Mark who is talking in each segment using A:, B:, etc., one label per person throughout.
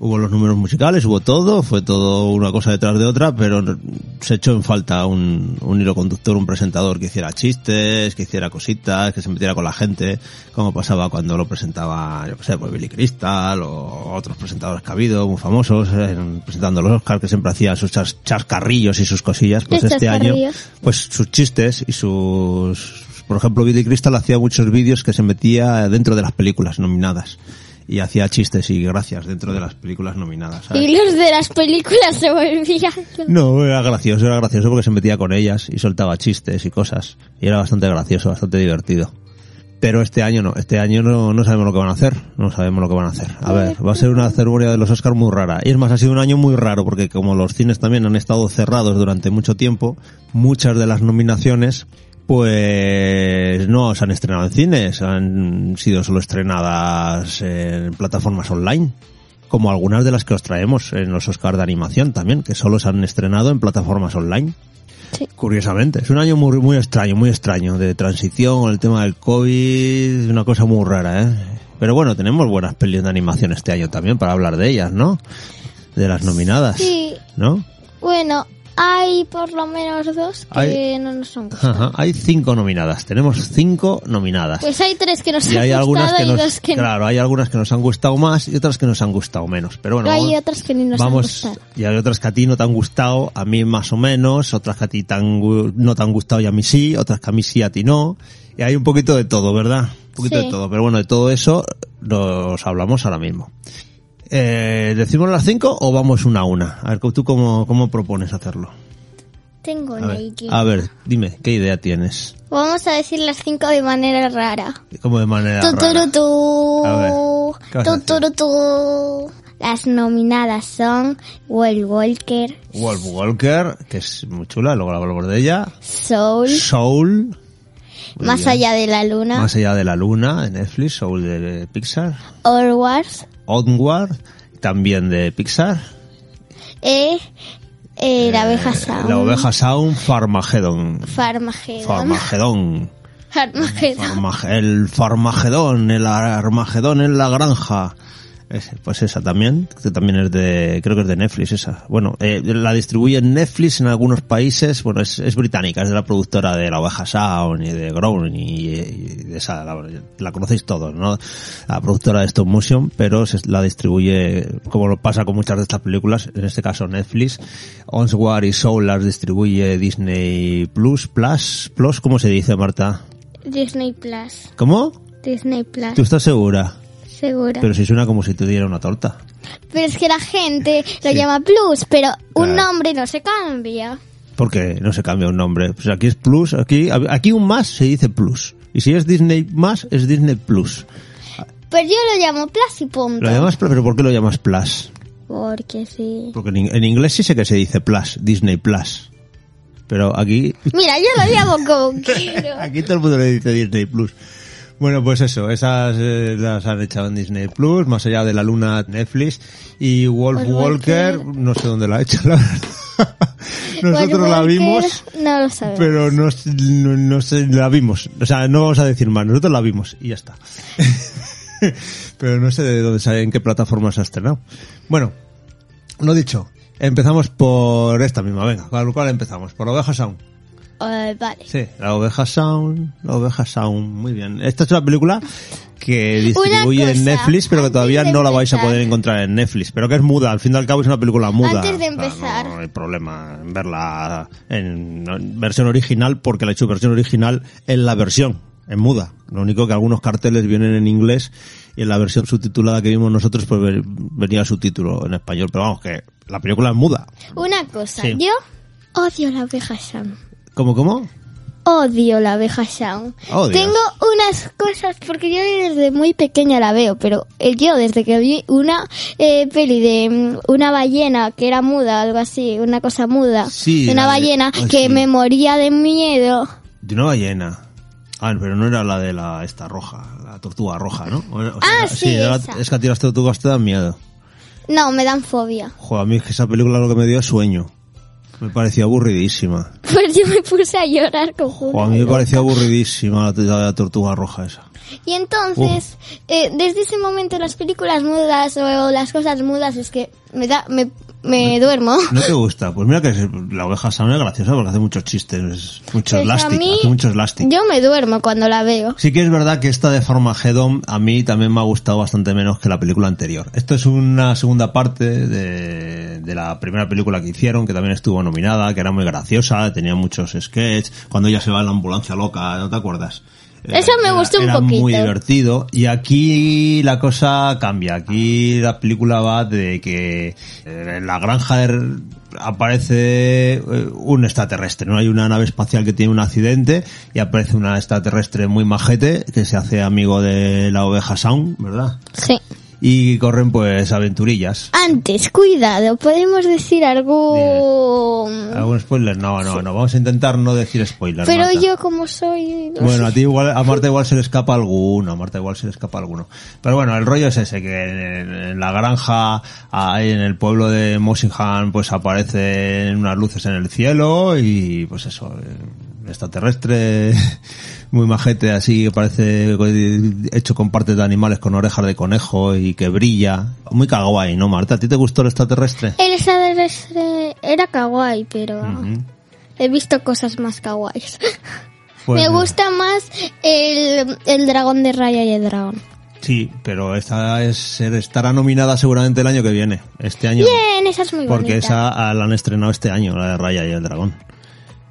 A: hubo los números musicales, hubo todo, fue todo una cosa detrás de otra, pero se echó en falta un, un hilo conductor, un presentador que hiciera chistes, que hiciera cositas, que se metiera con la gente, como pasaba cuando lo presentaba, yo qué sé, pues Billy Crystal o otros presentadores que ha habido, muy famosos, en- presentando los Oscars, que siempre hacía sus chas- chascarrillos y sus cosillas, pues
B: Los
A: este año,
B: chascarrillos.
A: pues sus chistes y sus... Por ejemplo, Billy Crystal hacía muchos vídeos que se metía dentro de las películas nominadas. Y hacía chistes y gracias dentro de las películas nominadas. ¿sabes?
B: Y los de las películas se volvían. locos.
A: No, era gracioso, era gracioso porque se metía con ellas y soltaba chistes y cosas. Y era bastante gracioso, bastante divertido. Pero este año no, este año no, no sabemos lo que van a hacer, no sabemos lo que van a hacer. A ver, va a ser una ceremonia de los Oscars muy rara. Y es más, ha sido un año muy raro porque como los cines también han estado cerrados durante mucho tiempo, muchas de las nominaciones pues no se han estrenado en cines, han sido solo estrenadas en plataformas online como algunas de las que os traemos en los Oscars de animación también, que solo se han estrenado en plataformas online.
B: Sí.
A: Curiosamente, es un año muy, muy extraño, muy extraño, de transición, el tema del COVID, una cosa muy rara, ¿eh? Pero bueno, tenemos buenas pelis de animación este año también para hablar de ellas, ¿no? De las nominadas,
B: Sí.
A: ¿no?
B: Bueno, hay por lo menos dos que
A: Hay-
B: no nos han gustado.
A: Ajá, hay cinco nominadas. Tenemos cinco nominadas.
B: Pues hay tres que nos
A: y
B: han
A: hay algunas
B: gustado
A: que
B: y dos
A: nos,
B: que no.
A: claro, hay algunas que nos han gustado más y otras que nos han gustado menos. Pero bueno,
B: Pero hay
A: vamos-
B: otras que ni nos han
A: vamos,
B: gustado.
A: y hay otras que a ti no te han gustado, a mí más o menos, otras que a ti te han gu- no te han gustado y a mí sí, otras que a mí sí, a ti no. Y hay un poquito de todo, ¿verdad? Un poquito
B: Sí.
A: de todo, pero bueno, de todo eso nos hablamos ahora mismo. Eh, ¿Decimos las cinco o vamos una a una? A ver, ¿tú cómo, cómo propones hacerlo?
B: Tengo
A: A
B: una
A: ver,
B: idea.
A: a ver, dime, ¿qué idea tienes?
B: Vamos a decir las cinco de manera rara.
A: Como de manera rara.
B: Tuturutú.
A: A ver, ¿qué vas a decir?
B: Tuturutú. Las nominadas son Well Walker,
A: Wolf Walker, que es muy chula, luego hablamos de ella.
B: Soul,
A: Soul, muy
B: Más
A: bien.
B: allá de la luna,
A: Más allá de la luna, de Netflix, Soul de Pixar.
B: All Wars,
A: Onward, también de Pixar.
B: eh, eh, la abeja Sound,
A: La oveja Sound, Farmageddon.
B: Farmageddon,
A: Farmageddon.
B: Farmageddon.
A: Farmag- el Farmagedón, el Armagedón en la granja. Ese, pues esa también, que también es de, creo que es de Netflix esa. Bueno, eh, la distribuye Netflix en algunos países, bueno, es, es británica, es de la productora de La Oveja Sound y de Grown y, y de esa, la, la conocéis todos, ¿no? La productora de Stop Motion, pero se la distribuye, como lo pasa con muchas de estas películas, en este caso Netflix. Onward y Soul las distribuye Disney Plus, Plus, Plus, ¿cómo se dice, Marta?
B: Disney Plus,
A: ¿Cómo?
B: Disney Plus,
A: ¿Tú estás segura?
B: segura.
A: Pero si suena como si te diera una torta.
B: Pero es que la gente lo
A: Sí.
B: llama Plus, pero
A: Claro.
B: un nombre no se cambia.
A: Porque no se cambia un nombre. Pues aquí es plus, aquí, aquí un más se dice plus. Y si es Disney más, es Disney plus.
B: Pero Pues yo lo llamo Plus y punto.
A: Lo llamas plus, pero ¿por qué lo llamas plus?
B: Porque sí.
A: Porque en, in- en inglés sí sé que se dice plus, Disney plus. Pero aquí,
B: Mira, yo lo llamo como quiero.
A: aquí todo el mundo le dice Disney plus. Bueno, pues eso, esas eh, las han echado en Disney Plus, más allá de la luna Netflix y Wolf
B: Wolf
A: Walker,
B: Walker. Pues
A: no sé dónde la ha hecho, la verdad. Nosotros
B: Bueno,
A: la
B: porque
A: vimos.
B: No lo sabemos.
A: Pero no, no, no sé, la vimos. O sea, no vamos a decir más. Nosotros la vimos y ya está. Pero no sé de dónde sale, en qué plataforma se ha estrenado. Bueno, lo dicho. Empezamos por esta misma, venga. ¿Cuál, cuál empezamos? Por Oveja Sound.
B: Eh, vale.
A: Sí, la Oveja Sound. La Oveja Sound, muy bien. Esta es una película que distribuye
B: Una cosa,
A: en Netflix, pero que
B: antes
A: todavía
B: de
A: no la vais a
B: empezar.
A: poder encontrar en Netflix. Pero que es muda, al fin y al cabo es una película muda.
B: Antes de
A: O sea, no-
B: empezar.
A: no hay problema en verla en, en versión original porque la he hecho versión original en la versión, en muda. Lo único que algunos carteles vienen en inglés y en la versión subtitulada que vimos nosotros pues ve- venía el subtítulo en español. Pero vamos, que la película es muda.
B: Una cosa,
A: Sí.
B: yo odio la abeja Sam.
A: ¿Cómo, cómo?
B: Odio la abeja Sam.
A: Odias.
B: Tengo unas cosas, porque yo desde muy pequeña la veo, pero eh, yo desde que vi una eh, peli de mm, una ballena que era muda, algo así, una cosa muda,
A: Sí,
B: de una
A: la de-
B: ballena
A: ay,
B: que
A: sí.
B: me moría de miedo.
A: De una ballena. Ah, pero no era la de la esta roja, la tortuga roja, ¿no? O- o
B: Ah, sí,
A: era-
B: esa.
A: es que a ti las tortugas te dan miedo.
B: No, me dan fobia.
A: Joder, a mí es que esa película lo que me dio es sueño. Me pareció aburridísima.
B: Pues yo me puse a llorar con
A: O
B: Julia.
A: a mí me pareció aburridísima la, la- la tortuga roja esa.
B: Y entonces, eh, desde ese momento las películas mudas o las cosas mudas es que me da, me, me duermo.
A: ¿No te gusta? Pues mira que es- la oveja sana es graciosa porque hace muchos chistes, muchos
B: Pues a
A: elásticos,
B: mí-
A: hace muchos elásticos.
B: Yo me duermo cuando la veo.
A: Sí que es verdad que esta de Farmagedón a mí también me ha gustado bastante menos que la película anterior. Esto es una segunda parte de, de la primera película que hicieron, que también estuvo nominada, que era muy graciosa, tenía muchos sketches, cuando ella se va en la ambulancia loca, ¿no te acuerdas? Eh,
B: Eso me
A: era-
B: gustó un
A: era muy
B: poquito.
A: divertido y aquí la cosa cambia. Aquí la película va de que eh, en la granja er- aparece eh, un extraterrestre, ¿no? Hay una nave espacial que tiene un accidente y aparece una extraterrestre muy majete que se hace amigo de la oveja Sound, ¿verdad?
B: Sí.
A: Y corren pues aventurillas.
B: Antes, cuidado, podemos decir algo...
A: ¿Algún spoiler? No, no, no. Vamos a intentar no decir spoilers.
B: Ah. Pero
A: Marta.
B: yo como soy... no
A: Bueno,
B: sé.
A: a ti igual, a Marta igual se le escapa alguno, a Marta igual se le escapa alguno. Pero bueno, el rollo es ese, que en, en la granja, ahí en el pueblo de Mosingham, pues aparecen unas luces en el cielo y pues eso, eh, extraterrestre, muy majete así, que parece hecho con partes de animales con orejas de conejo y que brilla. Muy kawaii, ¿no, Marta? ¿A ti te gustó el extraterrestre?
B: El era, ese- era kawaii, pero
A: Ujú.
B: he visto cosas más kawaiis.
A: Pues,
B: Me
A: eh,
B: gusta más el, el dragón de Raya y el dragón.
A: Sí, pero esta es, estará nominada seguramente el año que viene. Este año.
B: Bien, esa es muy
A: Porque
B: bonita.
A: esa ah, la han estrenado este año, la de Raya y el dragón.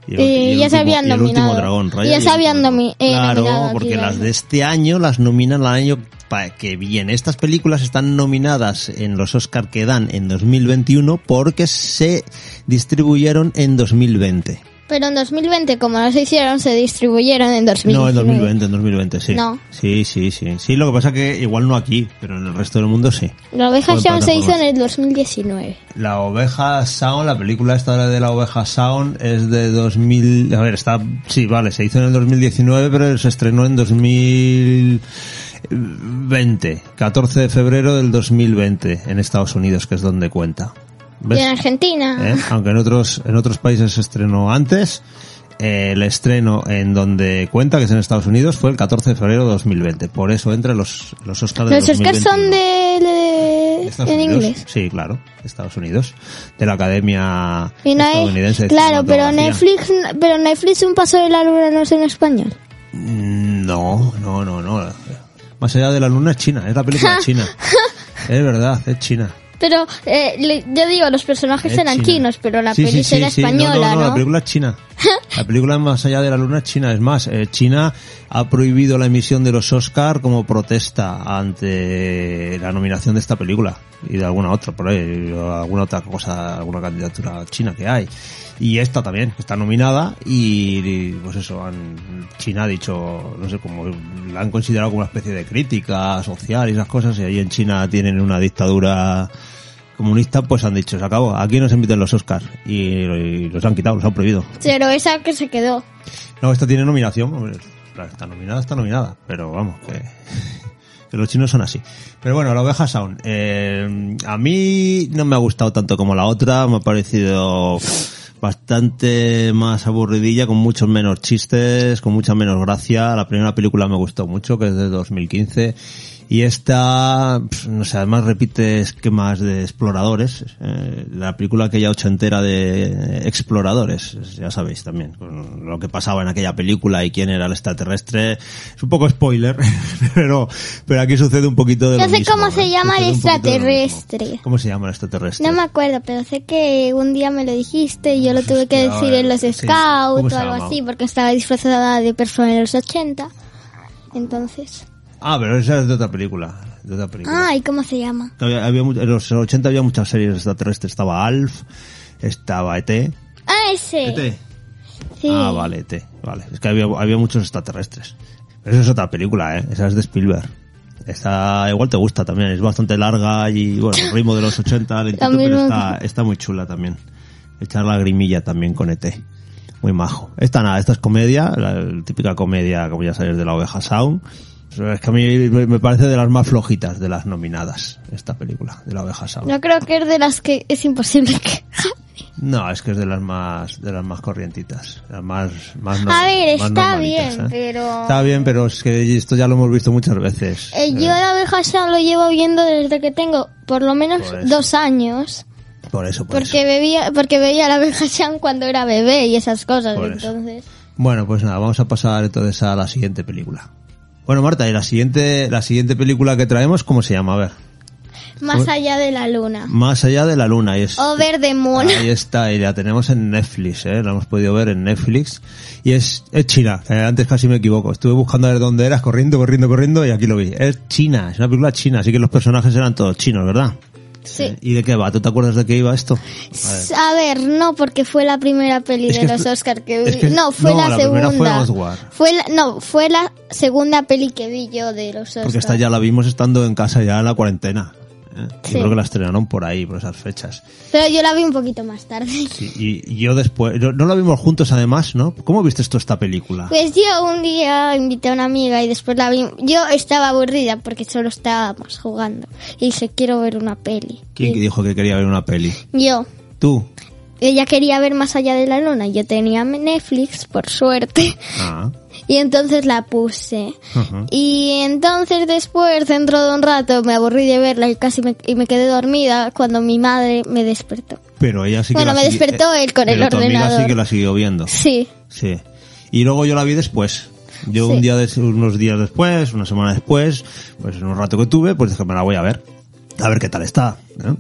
A: el
B: Y
A: ulti-
B: ya
A: el último-
B: se
A: y
B: habían
A: el último
B: nominado.
A: dragón, Raya
B: Ya
A: y
B: se
A: el
B: habían
A: dragón.
B: nomi- eh,
A: Claro,
B: nominado aquí,
A: porque las
B: ¿verdad?
A: de este año las nominan al año pa- que viene. Estas películas están nominadas en los Oscar que dan en 2021 porque se distribuyeron en 2020.
B: Pero en 2020, como no se hicieron, se distribuyeron en 2020.
A: No, en 2020, en 2020, sí.
B: No.
A: Sí, sí, sí. Sí, lo que pasa que igual no aquí, pero en el resto del mundo sí.
B: La oveja
A: Fue en
B: Shaun se hizo en
A: plataformas.
B: el 2019.
A: La oveja Sound, la película esta de la oveja Sound es de 2000, a ver, está, sí, vale, se hizo en el 2019, pero se estrenó en 2020, 14 de febrero del 2020 en Estados Unidos, que es donde cuenta. ¿Ves?
B: Y en Argentina.
A: ¿Eh? Aunque en otros, en otros países se estrenó antes, eh, el estreno en donde cuenta, que es en Estados Unidos, fue el 14 de febrero de 2020. Por eso entre los, los Oscars
B: Los
A: de
B: Oscars son
A: 2021.
B: de, de-
A: De Estados
B: en
A: Unidos.
B: inglés.
A: Sí, claro, de Estados Unidos, de la Academia
B: Y no hay-
A: Estadounidense. de
B: claro, pero
A: Cinematografía.
B: Netflix, pero Netflix un paso de la luna no es en español.
A: Mm, No, no, no, no. Más allá de la luna es China, es la película china. Es verdad, es China.
B: Pero eh, le- yo digo, los personajes
A: es
B: eran
A: china.
B: chinos, pero la
A: Sí, sí,
B: peli
A: sí,
B: era
A: sí. No,
B: española,
A: no,
B: ¿no?
A: la película es china. La película Más allá de la luna es china. Es más, eh, China ha prohibido la emisión de los Oscar como protesta ante la nominación de esta película y de alguna otra, por ahí, o alguna otra cosa, alguna candidatura china que hay. Y esta también, que está nominada y, y, pues eso, han, China ha dicho, no sé, como la han considerado como una especie de crítica social y esas cosas y ahí en China tienen una dictadura comunistas pues han dicho, se acabó, aquí nos inviten los Oscars y, y los han quitado, los han prohibido.
B: Pero esa que se quedó.
A: No, esta tiene nominación, hombre, claro, está nominada, está nominada, pero vamos, que, que los chinos son así. Pero bueno, la oveja Sound, eh, a mí no me ha gustado tanto como la otra, me ha parecido bastante más aburridilla, con muchos menos chistes, con mucha menos gracia. La primera película me gustó mucho, que es de 2015. Y esta, pf, no sé, además repite esquemas de exploradores. eh, la película aquella ochentera de eh, exploradores, ya sabéis también, con lo que pasaba en aquella película y quién era el extraterrestre. Es un poco spoiler, pero, pero aquí sucede un poquito de
B: No
A: lo
B: sé
A: mismo, ¿eh?
B: cómo se llama
A: Sucede un
B: el
A: poquito de lo mismo.
B: extraterrestre.
A: ¿Cómo se llama el extraterrestre?
B: No me acuerdo, pero sé que un día me lo dijiste y yo lo tuve que
A: Hostia,
B: decir en los
A: sí. ¿Cómo
B: scouts
A: se
B: o algo
A: llama?
B: así, porque estaba disfrazada de persona en los 80. Entonces.
A: Ah, pero esa es de otra película. De otra película.
B: Ah, ¿y cómo se llama?
A: Había- había mu- en los 80 había muchas series extraterrestres. Estaba Alf, estaba E ET.
B: Ah, ese. Sí.
A: Este. Ah, vale, ET. Vale. Es que había, había muchos extraterrestres. Pero eso es otra película, ¿eh? Esa es de Spielberg. Esta igual te gusta también. Es bastante larga y, bueno, el ritmo de los 80, lentito,
B: Lo
A: pero
B: mismo
A: está, está muy chula también. Echar la grimilla también con ET. Muy majo. Esta nada, esta es comedia, la, típica comedia, como ya sabes, de la oveja Sound. Es que a mí me me parece de las más flojitas de las nominadas, esta película, de la oveja Sound.
B: Yo creo que es de las que es imposible que...
A: No, es que es de las más, de las más corrientitas, las más, más no-
B: A ver,
A: más
B: está
A: normalitas,
B: bien,
A: ¿eh?
B: pero-
A: Está bien, pero es que esto ya lo hemos visto muchas veces.
B: Eh, yo la oveja Shaun lo llevo viendo desde que tengo por lo menos
A: Por eso.
B: dos años.
A: Por eso, por
B: Porque,
A: eso.
B: bebía, porque veía a la abeja Shaun cuando era bebé y esas cosas.
A: Por eso.
B: entonces,
A: Bueno, pues nada, vamos a pasar entonces a la siguiente película. Bueno, Marta, y la siguiente, la siguiente película que traemos, ¿cómo se llama? A ver.
B: más
A: Pues.
B: allá de la luna.
A: Más allá de la luna. y es-
B: Over the moon.
A: Ahí está, y la tenemos en Netflix, ¿eh? la hemos podido ver en Netflix. Y es, es China, Eh, antes casi me equivoco. Estuve buscando a ver dónde eras, corriendo, corriendo, corriendo, y aquí lo vi. Es China, es una película china, así que los personajes eran todos chinos, ¿verdad? Eh,
B: Sí. Pues
A: ¿Y de qué va? ¿Tú te acuerdas de qué iba esto? A ver.
B: A ver, no, porque fue la primera peli
A: Es
B: de
A: que
B: los
A: fue-
B: Oscar que vi.
A: es que-
B: no, fue
A: no,
B: la,
A: la primera
B: segunda.
A: fue Oswald.
B: Fue la- no, fue la segunda peli que vi yo de los Oscar.
A: Porque esta ya la vimos estando en casa ya en la cuarentena. ¿eh? Yo
B: Sí.
A: creo que la estrenaron por ahí, por esas fechas.
B: Pero yo la vi un poquito más tarde.
A: Sí, y, y yo después, no, no la vimos juntos además, ¿no? ¿Cómo viste tú esta película?
B: Pues yo un día invité a una amiga y después la vi. Yo estaba aburrida porque solo estábamos jugando. Y dije, quiero ver una peli.
A: ¿Quién que dijo que quería ver una peli?
B: Yo.
A: ¿Tú?
B: Ella quería ver Más allá de la luna. Yo tenía Netflix, por suerte.
A: Ah.
B: Y entonces la puse.
A: Ajá.
B: Y entonces después, dentro de un rato, me aburrí de verla y casi me, y me quedé dormida cuando mi madre me despertó.
A: pero ella sí que
B: Bueno,
A: la
B: me
A: sigui-
B: despertó él con
A: pero
B: el
A: tu amiga
B: ordenador.
A: sí que la siguió viendo.
B: Sí.
A: Sí. Y luego yo la vi después. Yo
B: Sí.
A: un día, des- unos días después, una semana después, pues en un rato que tuve, pues dije, me la voy a ver. A ver qué tal está. ¿no?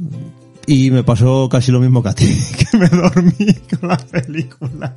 A: Y me pasó casi lo mismo que a ti, que me dormí con la película.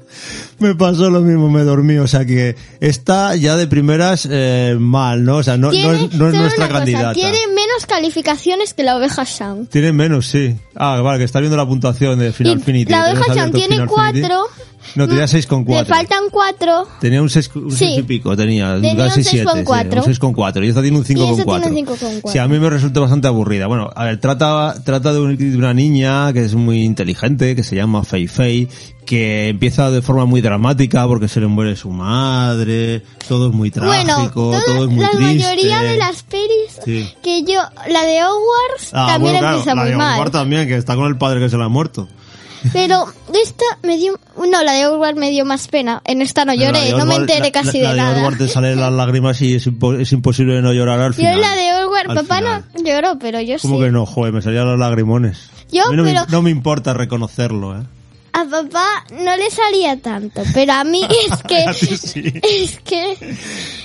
A: Me pasó lo mismo, me dormí. O sea que está ya de primeras eh, mal, ¿no? O sea, no, no
B: Tiene-
A: es, no es
B: solo
A: nuestra
B: una cosa,
A: candidata.
B: tiene menos calificaciones que la oveja Shaun.
A: Tiene menos, sí. Ah, vale, que está viendo la puntuación de Final
B: Y
A: Fantasy.
B: la oveja Shaun tiene cuatro. Mm,
A: No, tenía 6,4. con
B: Le faltan cuatro.
A: Tenía un 6 un
B: Sí.
A: seis y pico, tenía,
B: Tenía
A: casi
B: un seis con
A: siete, sí,
B: cuatro.
A: un 6,4 y esta tiene un 5,4.
B: tiene un 5,4.
A: Sí, a mí me resulta bastante aburrida. Bueno, a ver, trata, trata de, un- de una niña que es muy inteligente, que se llama Fei Fei, que empieza de forma muy dramática porque se le muere su madre, todo es muy
B: bueno,
A: trágico,
B: toda-
A: todo es muy
B: la
A: triste.
B: mayoría de las pelis
A: Sí.
B: que yo, la de Hogwarts
A: Ah,
B: también
A: bueno, claro,
B: empieza
A: la
B: muy
A: de Omar
B: mal.
A: también, que está con el padre que se le ha muerto.
B: Pero esta me dio, no, la de Hogwarts me dio más pena. En esta no
A: Pero la
B: lloré,
A: de
B: no me
A: Oswald-
B: enteré
A: la-
B: casi
A: la-
B: de,
A: la
B: nada.
A: Oswald te salen las lágrimas y es, impo- es imposible no llorar al
B: yo
A: final.
B: en la de Hogwarts,
A: Al
B: papá
A: final.
B: no lloró, pero yo
A: ¿Cómo
B: sí.
A: que no? Joder, me salían los lagrimones.
B: Yo,
A: A mí no,
B: pero-
A: me, no me importa reconocerlo, ¿eh?
B: A papá no le salía tanto, pero a mí es
A: A ti
B: que
A: sí.
B: es que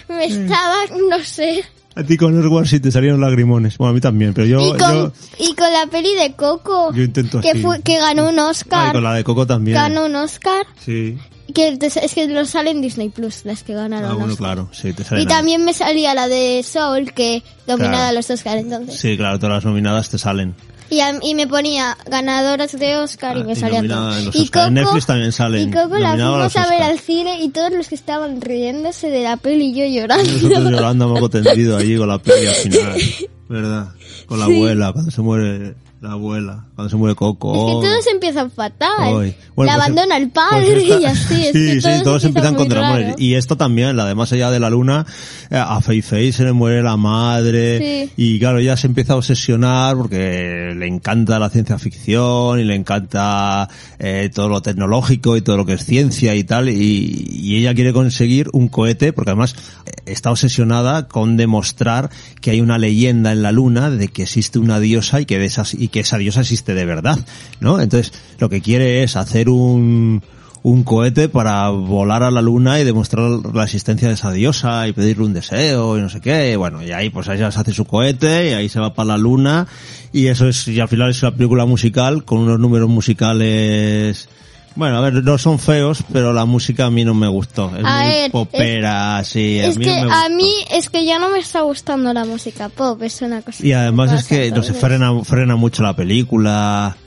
B: me estaba, no sé.
A: A ti con Edward sí te salieron lagrimones. Bueno, a mí también, pero yo...
B: y, con,
A: yo-
B: y con la peli de Coco,
A: Yo intento
B: que,
A: así.
B: fue- que ganó un
A: Ah, y
B: Oscar,
A: con la de Coco también.
B: ganó un Oscar,
A: Sí.
B: que te- es que lo sale en Disney Plus, las que ganaron.
A: Ah, bueno,
B: Oscar.
A: claro. Sí, te salen
B: Y
A: ahí.
B: también me salía la de Soul, que dominaba
A: Claro.
B: los Oscar entonces.
A: Sí, claro, todas las nominadas te salen.
B: Y, a- y me ponía ganadoras de Oscar y
A: Ah,
B: me
A: y
B: salían
A: nominada
B: todas.
A: en los
B: Y
A: Oscar.
B: Coco,
A: En Netflix también salen
B: Y Coco la
A: nominada a los
B: fuimos a ver
A: Oscar.
B: al cine y todos los que estaban riéndose de la peli y yo
A: Nosotros
B: llorando.
A: llorando a moco tendido allí con la peli al final. ¿Verdad? Con la abuela, cuando se muere la abuela, cuando se muere Coco.
B: Es
A: Oh.
B: que todos empiezan fatal.
A: Ay. Bueno,
B: la
A: pues,
B: abandona el padre
A: pues esta-
B: y así. Es
A: sí,
B: que
A: sí,
B: todos,
A: empiezan con
B: muy
A: dramones.
B: raro.
A: Y esto también, la de más allá de la luna, eh, a Fei Fei se le muere la madre.
B: Sí.
A: Y claro, ella se empieza a obsesionar porque le encanta la ciencia ficción y le encanta eh, todo lo tecnológico y todo lo que es ciencia y tal. Y, y ella quiere conseguir un cohete porque además eh, está obsesionada con demostrar que hay una leyenda en la luna de que existe una diosa y que, de esas, y que esa diosa existe de verdad, ¿no? Entonces, lo que quiere es hacer un, un cohete para volar a la luna y demostrar la existencia de esa diosa y pedirle un deseo y no sé qué. Y bueno, y ahí pues ella se hace su cohete y ahí se va para la luna y eso es, y al final es una película musical con unos números musicales bueno, a ver, no son feos, pero la música a mí no me gustó. Es
B: A
A: muy
B: ver, es-
A: popera, sí. A
B: Es
A: mí
B: que
A: no me
B: a
A: gustó.
B: mí es que ya no me está gustando la música pop, es una cosa.
A: Y además es
B: pasa,
A: que, no sé,
B: entonces.
A: frena, frena mucho la película.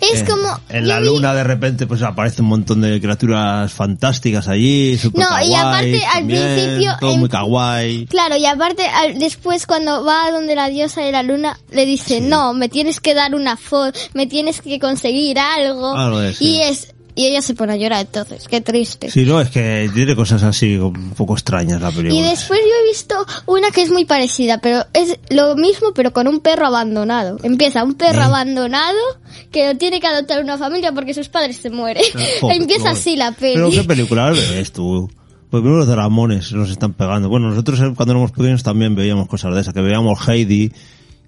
B: Es
A: Eh,
B: como
A: En
B: yo
A: la
B: vi-
A: luna de repente pues aparece un montón de criaturas fantásticas allí, super
B: No, y aparte,
A: kawaiis
B: al
A: también,
B: principio,
A: todo
B: en-
A: muy kawaii.
B: Claro, y aparte al- después cuando va a donde la diosa de la luna le dice, "No, me tienes que dar una foto, me tienes que conseguir algo."
A: Ah, lo de- sí.
B: Y es y ella se pone a llorar entonces, qué triste.
A: Sí, no, es que tiene cosas así un poco extrañas la película.
B: Y después yo he visto una que es muy parecida, pero es lo mismo, pero con un perro abandonado. Empieza un perro abandonado que lo tiene que adoptar una familia porque sus padres se mueren.
A: Ah, Joder,
B: Empieza
A: joder.
B: así la peli.
A: Pero qué película ves tú. Pues primero los dramones nos están pegando. Bueno, nosotros eh, cuando éramos pequeños también veíamos cosas de esas, que veíamos Heidi,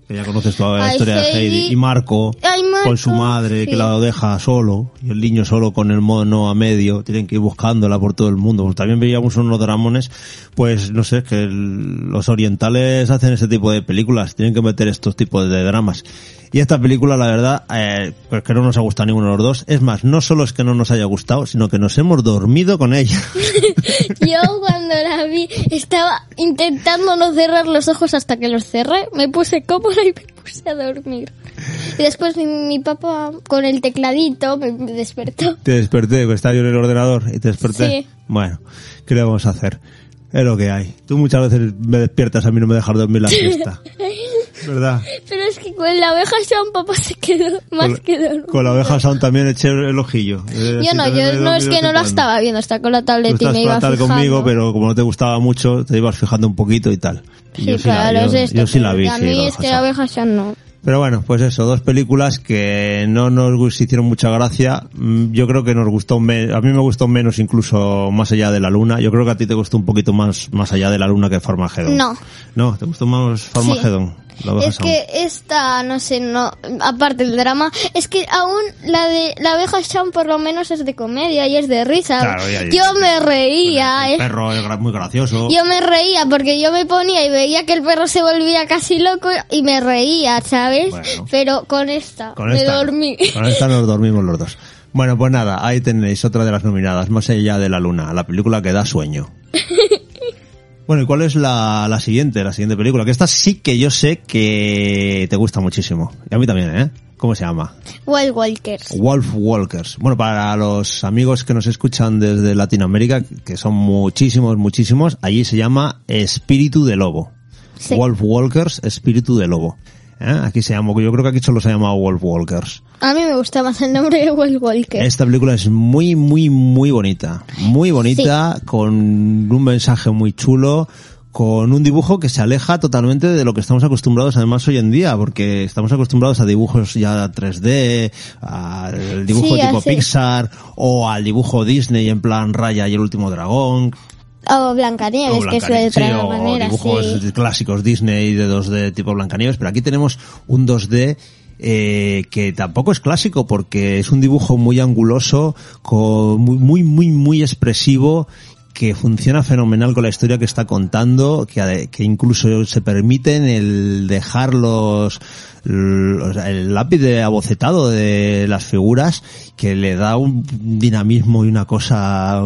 A: que ya conoces toda la
B: Ay,
A: historia de
B: Heidi.
A: Heidi, y Marco,
B: Ay, Marco,
A: con su madre, que
B: sí.
A: la deja solo, y el niño solo con el mono a medio, tienen que ir buscándola por todo el mundo. Pues también veíamos unos dramones, pues no sé, que el- los orientales hacen ese tipo de películas, tienen que meter estos tipos de dramas. Y esta película, la verdad, eh, pues que no nos ha gustado ninguno de los dos. Es más, no solo es que no nos haya gustado, sino que nos hemos dormido con ella.
B: Yo cuando la vi estaba intentando no cerrar los ojos hasta que los cerré, me puse cómoda y me puse a dormir. Y después mi, mi papá con el tecladito me, me despertó.
A: Te desperté, que estaba yo en el ordenador y te desperté.
B: Sí.
A: Bueno, ¿qué le vamos a hacer? Es lo que hay. Tú muchas veces me despiertas, a mí no me dejas dormir la siesta. ¿Verdad?
B: Pero es que con la oveja Sean papá se quedó más
A: Con-
B: que dormido.
A: Con la oveja Sound también eché el ojillo. Eh,
B: Yo
A: así
B: no,
A: también me he
B: yo no es
A: dormido
B: que no la
A: temprano.
B: estaba viendo, está con la
A: Tú
B: tableta
A: estás
B: y me
A: por
B: iba
A: la tarde
B: fijando.
A: conmigo, pero como no te gustaba mucho, te ibas fijando un poquito y tal. Y
B: Sí,
A: yo
B: para
A: la,
B: los
A: yo-
B: de esto,
A: yo sí la
B: pero
A: vi.
B: A
A: sí, la
B: mí es
A: oveja
B: que la
A: Sound.
B: oveja Sean no.
A: Pero bueno, pues eso, dos películas que no nos gus- hicieron mucha gracia. Mm, Yo creo que nos gustó, me- a mí me gustó menos incluso Más allá de la luna. Yo creo que a ti te gustó un poquito más Más allá de la luna que Farmagedón.
B: No.
A: No, ¿te gustó más Farmagedón? La oveja
B: es que esta, no sé, no, aparte del drama, es que aún la de la abeja Shaun por lo menos es de comedia y es de risa.
A: Claro, ya, ya,
B: yo
A: ya.
B: me reía,
A: El
B: es-
A: perro es gra- muy gracioso.
B: yo me reía porque yo me ponía y veía que el perro se volvía casi loco y me reía, ¿sabes?
A: Bueno.
B: Pero con esta,
A: Con
B: me
A: esta,
B: dormí.
A: Con esta nos dormimos los dos. Bueno, pues nada, ahí tenéis otra de las nominadas, Más allá de la luna, la película que da sueño. Bueno, ¿y cuál es la, la siguiente, la siguiente película? Que esta sí que yo sé que te gusta muchísimo. Y a mí también, ¿eh? ¿Cómo se llama?
B: Wild Walkers.
A: Wolf Walkers. Bueno, para los amigos que nos escuchan desde Latinoamérica, que son muchísimos, muchísimos, allí se llama Espíritu de Lobo.
B: Sí.
A: Wolf Walkers, Espíritu de Lobo. ¿Eh? Aquí se llama, yo creo que aquí solo se ha llamado Wolf Walkers.
B: A mí me gusta más el nombre de Wild Walkers.
A: Esta película es muy, muy, muy bonita. Muy bonita, con un mensaje muy chulo, con un dibujo que se aleja totalmente de lo que estamos acostumbrados además hoy en día, porque estamos acostumbrados a dibujos ya 3D, al dibujo
B: Sí,
A: tipo
B: así.
A: Pixar, o al dibujo Disney en plan Raya y el último dragón,
B: O Blancanieves,
A: o
B: que es
A: Blancanieves,
B: de otra
A: sí, o
B: manera.
A: dibujos
B: sí.
A: clásicos Disney de 2D tipo Blancanieves, pero aquí tenemos un 2D eh, que tampoco es clásico porque es un dibujo muy anguloso, con muy muy muy muy expresivo que funciona fenomenal con la historia que está contando, que, ade- que incluso se permiten el dejar los, l- o sea, el lápiz de abocetado de las figuras, que le da un dinamismo y una cosa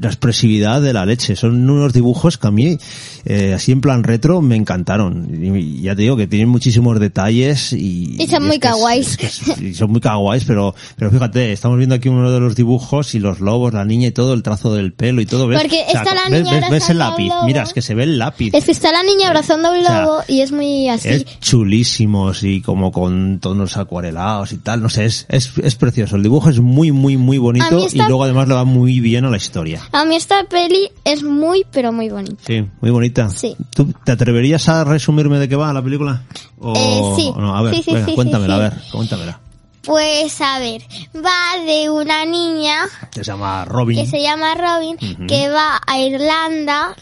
A: la expresividad de la leche. Son unos dibujos que a mí, eh, así en plan retro, me encantaron. Y, y ya te digo que tienen muchísimos detalles y...
B: Y son
A: es
B: muy
A: que es-
B: kawaiis.
A: es que es- y son muy kawaiis, pero, pero fíjate, estamos viendo aquí uno de los dibujos y los lobos, la niña y todo, el trazo del pelo y todo. ¿ves?
B: Porque está la
A: ves-
B: niña
A: ves, ves el
B: abrazando a un
A: lápiz,
B: lobo.
A: mira, es que se ve el lápiz.
B: Es que está la niña abrazando a un
A: O sea,
B: lobo y es muy así.
A: Es chulísimo, y como con tonos acuarelados y tal, no sé, es, es, es precioso. El dibujo es muy, muy, muy
B: A mí
A: bonito
B: esta-
A: y luego además le va muy bien a la historia.
B: A mí esta peli es muy, pero muy bonita.
A: Sí, muy bonita.
B: Sí.
A: ¿Tú te atreverías a resumirme de qué va la película? O...
B: Eh, sí.
A: o no? a ver,
B: Sí, sí,
A: venga,
B: sí, sí,
A: cuéntamela,
B: sí.
A: a ver, cuéntamela.
B: Pues a ver, va de una niña
A: Que se llama Robin.
B: que se llama Robin que va a Irlanda.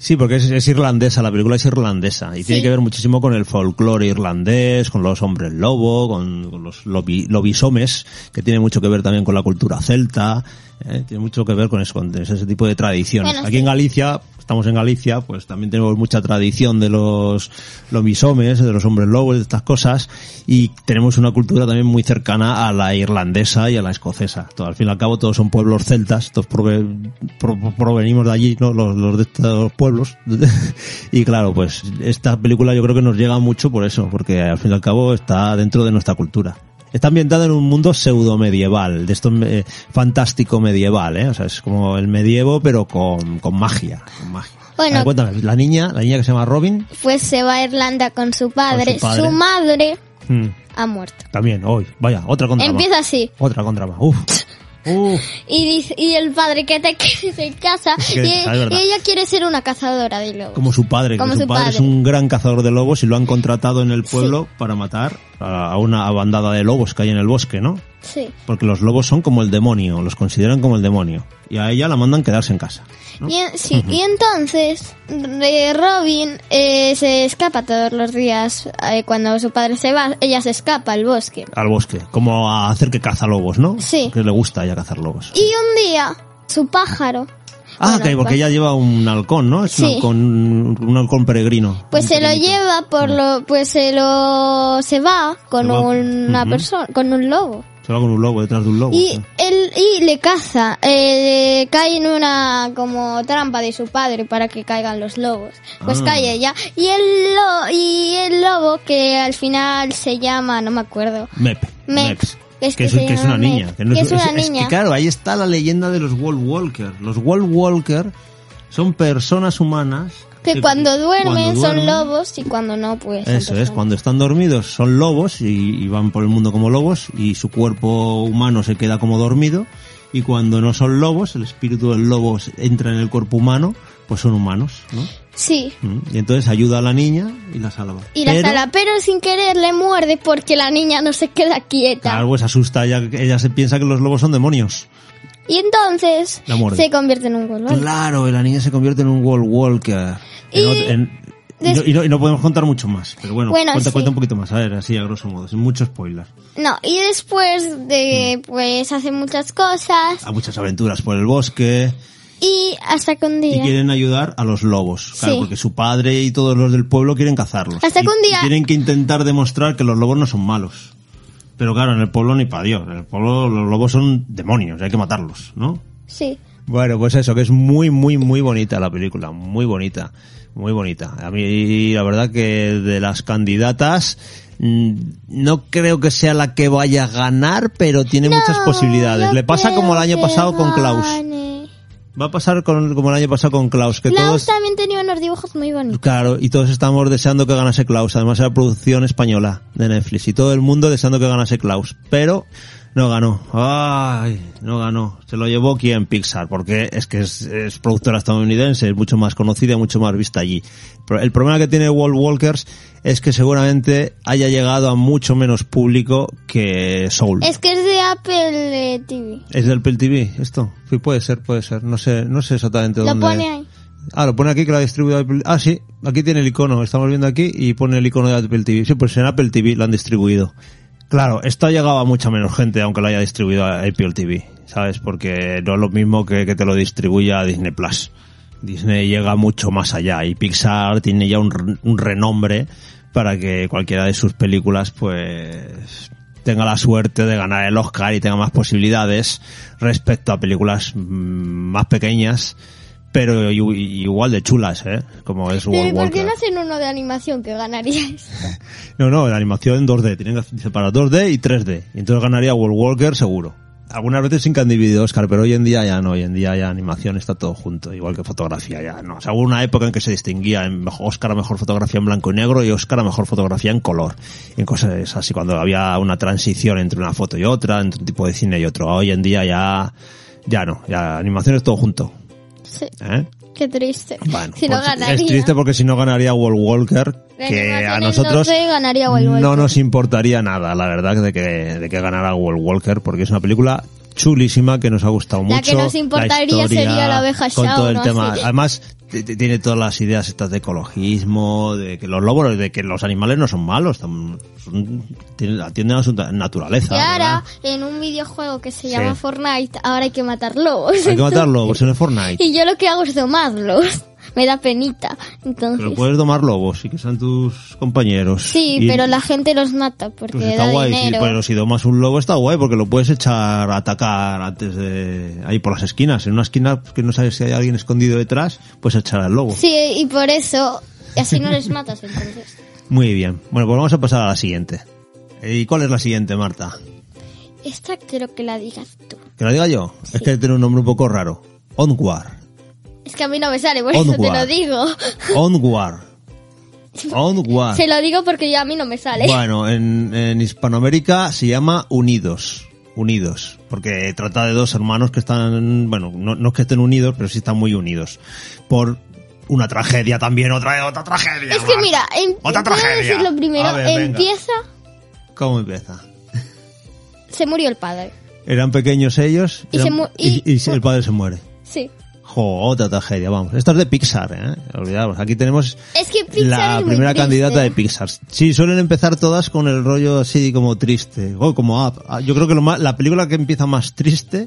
A: Sí, porque es, es irlandesa, la película es irlandesa y tiene que ver muchísimo con el folclore irlandés, con los hombres lobo, con, con los lobi- lobisomes, que tiene mucho que ver también con la cultura celta, ¿eh? tiene mucho que ver con eso, con ese tipo de tradiciones.
B: Bueno,
A: Aquí en Galicia, estamos en Galicia, pues también tenemos mucha tradición de los lobisomes, de los hombres lobos, de estas cosas, y tenemos una cultura también muy cercana a la irlandesa y a la escocesa. Todo, al fin y al cabo todos son pueblos celtas, todos prove- pro- provenimos de allí, ¿no? los, los de estos pueblos. y claro, pues esta película yo creo que nos llega mucho por eso, porque al fin y al cabo está dentro de nuestra cultura. Está ambientada en un mundo pseudo medieval, de esto eh, fantástico medieval, ¿eh? O sea, es como el medievo, pero con, con magia. Con magia.
B: Bueno.
A: Ah, cuéntame, la niña, la niña que se llama Robin,
B: Pues se va a Irlanda con su padre.
A: Con su padre.
B: madre
A: mm,
B: ha muerto.
A: también, hoy, vaya, otra contrama.
B: Empieza así.
A: Otra contrama, uff. Uf.
B: Y, dice- y el padre que te quede en casa.
A: Es que,
B: y, e,
A: es verdad.
B: y ella quiere ser una cazadora de lobos.
A: Como su padre, que
B: Como
A: su,
B: su
A: padre,
B: padre.
A: es un gran cazador de lobos y lo han contratado en el pueblo para matar a a una bandada de lobos que hay en el bosque, ¿no?
B: Sí.
A: Porque los lobos son como el demonio, los consideran como el demonio. Y a ella la mandan quedarse en casa. ¿no?
B: Y, en- sí, y entonces eh, Robin eh, se escapa todos los días eh, cuando su padre se va, ella se escapa al bosque.
A: al bosque, como a hacer que caza lobos, ¿no?
B: Sí.
A: Que le gusta ya cazar lobos.
B: Y un día su pájaro,
A: ah,
B: bueno,
A: que porque
B: pues-
A: ella lleva un halcón, ¿no? Es un
B: Sí.
A: halcón, un halcón peregrino.
B: pues
A: Un
B: se lo
A: pequeñito.
B: lleva por lo, pues se lo se va con
A: Se va.
B: una
A: Ujú.
B: persona, con un lobo.
A: Se va con un lobo, detrás de un lobo.
B: Y
A: ¿eh?
B: él y le caza, eh, cae en una como trampa de su padre para que caigan los lobos. Pues
A: Ah.
B: cae ella y el lo, y el lobo que al final se llama, no me acuerdo.
A: Mep.
B: Mep.
A: Meps.
B: Es
A: que,
B: que
A: es,
B: se
A: que es
B: llama
A: una
B: Mep.
A: niña. no
B: Que es una
A: es
B: niña.
A: que claro, ahí está la leyenda de los Wall Walker. Los Wall Walker son personas humanas
B: Que cuando duermen
A: cuando
B: son
A: duermen-
B: lobos y cuando no, pues. son
A: Eso es,
B: personas.
A: cuando están dormidos son lobos y, y van por el mundo como lobos y su cuerpo humano se queda como dormido y cuando no son lobos, el espíritu del lobo se- entra en el cuerpo humano, pues son humanos, ¿no?
B: Sí.
A: Mm, Y entonces ayuda a la niña y la salva.
B: Y la
A: Pero,
B: sala, pero sin querer le muerde porque la niña no se queda quieta.
A: Claro, pues asusta, ella, ella se piensa que los lobos son demonios.
B: Y entonces
A: La muerde.
B: se convierte en un golón.
A: Claro, y la niña se convierte en un wall walker. En
B: Y-
A: ot- en- Y no,
B: Des-
A: y no- y no podemos contar mucho más, pero bueno,
B: Bueno,
A: cuenta,
B: sí.
A: cuenta un poquito más, a ver, así a grosso modo, sin mucho spoiler.
B: No, y después
A: Mm.
B: de, pues, hacen muchas cosas
A: A muchas aventuras por el bosque
B: y hasta que un
A: y
B: día...
A: quieren ayudar a los lobos, claro,
B: Sí.
A: porque su padre y todos los del pueblo quieren cazarlos.
B: Hasta
A: Y-
B: que un día-
A: y tienen que intentar demostrar que los lobos no son malos. Pero claro, en el pueblo ni para Dios, en el pueblo los lobos son demonios, hay que matarlos, ¿no?
B: Sí.
A: Bueno, pues eso, que es muy, muy, muy bonita la película, muy bonita, muy bonita. A mí, la verdad que de las candidatas, mm, no creo que sea la que vaya a ganar, pero tiene muchas
B: No,
A: posibilidades.
B: no
A: Le pasa como el
B: creo
A: año
B: que
A: pasado con Klaus.
B: gane.
A: Va a pasar con- como el año pasado con Klaus, que
B: Klaus
A: todos...
B: también tenía unos dibujos muy bonitos.
A: Claro, y todos estamos deseando que ganase Klaus. Además era producción española de Netflix y todo el mundo deseando que ganase Klaus. Pero no ganó. Ay, no ganó. Se lo llevó quien Pixar, porque es que es, es productora estadounidense, es mucho más conocida, mucho más vista allí. Pero el problema que tiene Wall Walkers es que seguramente haya llegado a mucho menos público que Soul.
B: Es que es de Apple eh, TV.
A: ¿Es del Apple TV esto? Sí, puede ser, puede ser. No sé, no sé exactamente
B: Lo
A: dónde.
B: pone ahí.
A: Ah, lo pone aquí que la distribuye Apple. Ah, sí, aquí tiene el icono. Estamos viendo aquí y pone el icono de Apple TV. Sí, pues en Apple TV lo han distribuido. Claro, esto ha llegado a mucha menos gente, aunque lo haya distribuido a Apple TV, ¿sabes? Porque no es lo mismo que, que te lo distribuya Disney Plus. Disney llega mucho más allá y Pixar tiene ya un, re- un renombre para que cualquiera de sus películas, pues, tenga la suerte de ganar el Oscar y tenga más posibilidades respecto a películas mm, más pequeñas, pero i- igual de chulas, ¿eh? Como es
B: Pero ¿y
A: World
B: por qué
A: Walker.
B: no hacen uno de animación que ganaría esto?
A: No, no, la animación en 2D. Tienen que separar 2D y 3D. Y entonces ganaría World Walker seguro. Algunas veces sin que han dividido Oscar, pero hoy en día ya no. Hoy en día ya animación está todo junto, igual que fotografía ya no. O sea, hubo una época en que se distinguía en mejo- Oscar a mejor fotografía en blanco y negro y Oscar a mejor fotografía en color. En cosas así, cuando había una transición entre una foto y otra, entre un tipo de cine y otro. Hoy en día ya, ya no. Ya animación es todo junto.
B: Sí,
A: ¿eh?
B: qué triste.
A: Bueno,
B: si no
A: pues
B: ganaría.
A: es triste porque si no ganaría World Walker, que
B: Animación
A: a
B: en
A: nosotros
B: 12 ganaría Wild Walker.
A: no nos importaría nada, la verdad, de que, de que ganara World Walker, porque es una película chulísima que nos ha gustado mucho.
B: La que nos importaría
A: historia,
B: sería la oveja
A: con
B: Shaw,
A: todo el
B: ¿no?
A: tema.
B: Así.
A: Además, t- t- tiene todas las ideas estas de ecologismo, de que los lobos, de que los animales no son malos, tam- son- tienen- atienden a su ta- naturaleza.
B: Y
A: ¿verdad?
B: ahora, en un videojuego que se llama
A: Sí.
B: Fortnite, ahora hay que matarlos.
A: Hay que matarlo, pues en el Fortnite.
B: Y yo lo que hago es domarlos. Me da penita. Entonces.
A: Pero puedes domar lobos y que sean tus compañeros.
B: Sí,
A: Y-
B: pero la gente los mata porque
A: Pues está
B: da
A: guay, sí,
B: dinero.
A: pero si domas un lobo está guay porque lo puedes echar a atacar antes de ahí por las esquinas, en una esquina que no sabes si hay alguien escondido detrás, pues echar al lobo.
B: Sí, y por eso. Y así no les matas entonces.
A: Muy bien. Bueno, pues vamos a pasar a la siguiente. ¿Y cuál es la siguiente, Marta?
B: Esta quiero que la digas tú.
A: ¿Que la diga yo? Es que tiene un nombre un poco raro. Onward.
B: Es que a mí no me sale, por eso te
A: Onward.
B: lo digo.
A: Onward. Onward.
B: Se lo digo porque yo a mí no me sale.
A: Ah. Bueno, en, en Hispanoamérica se llama Unidos. Unidos, porque trata de dos hermanos que están, bueno, no, no es que estén unidos, pero sí están muy unidos. Por una tragedia también, otra, otra tragedia.
B: es que
A: Marta.
B: mira, em-
A: Otra
B: ¿puedo
A: tragedia.
B: decirlo primero.
A: A ver, venga.
B: Empieza,
A: ¿Cómo empieza?
B: se murió el padre.
A: Eran pequeños ellos
B: Y se
A: eran-
B: mu- y-
A: y- y el padre se muere.
B: Sí.
A: Jo, otra tragedia, vamos. Esto es de Pixar, ¿eh? Olvidamos. Aquí tenemos
B: Es que Pixar
A: la
B: es muy
A: primera
B: triste.
A: candidata de Pixar. Sí, suelen empezar todas con el rollo así como triste. O como Up. Ah, Yo creo que lo más- la película que empieza más triste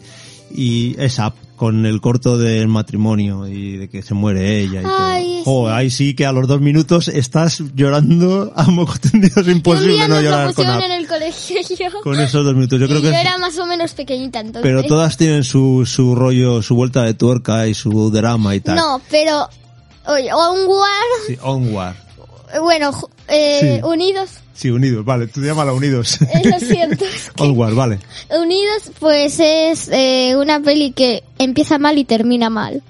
A: y es Up, con el corto del matrimonio y de que se muere ella. Y todo.
B: Ay,
A: Jo, ahí sí que a los dos minutos estás llorando a moco tendido. Es
B: un
A: imposible
B: día
A: Pues no
B: nos lo
A: llorar con
B: pusieron
A: Up.
B: en el colegio y yo.
A: Con esos dos minutos. Yo creo
B: y
A: que
B: yo
A: es-
B: era ¿eh? más o menos pequeñita entonces.
A: Pero todas tienen su, su rollo, su vuelta de tuerca y su drama y tal.
B: No, pero. Oye, Onward.
A: Sí, Onward.
B: Bueno, ju- eh,
A: Sí.
B: Unidos.
A: Sí, Unidos, vale, tú llámala Unidos.
B: eh, lo siento. es que-
A: Onward, vale.
B: Unidos, pues es eh, una peli que empieza mal y termina mal.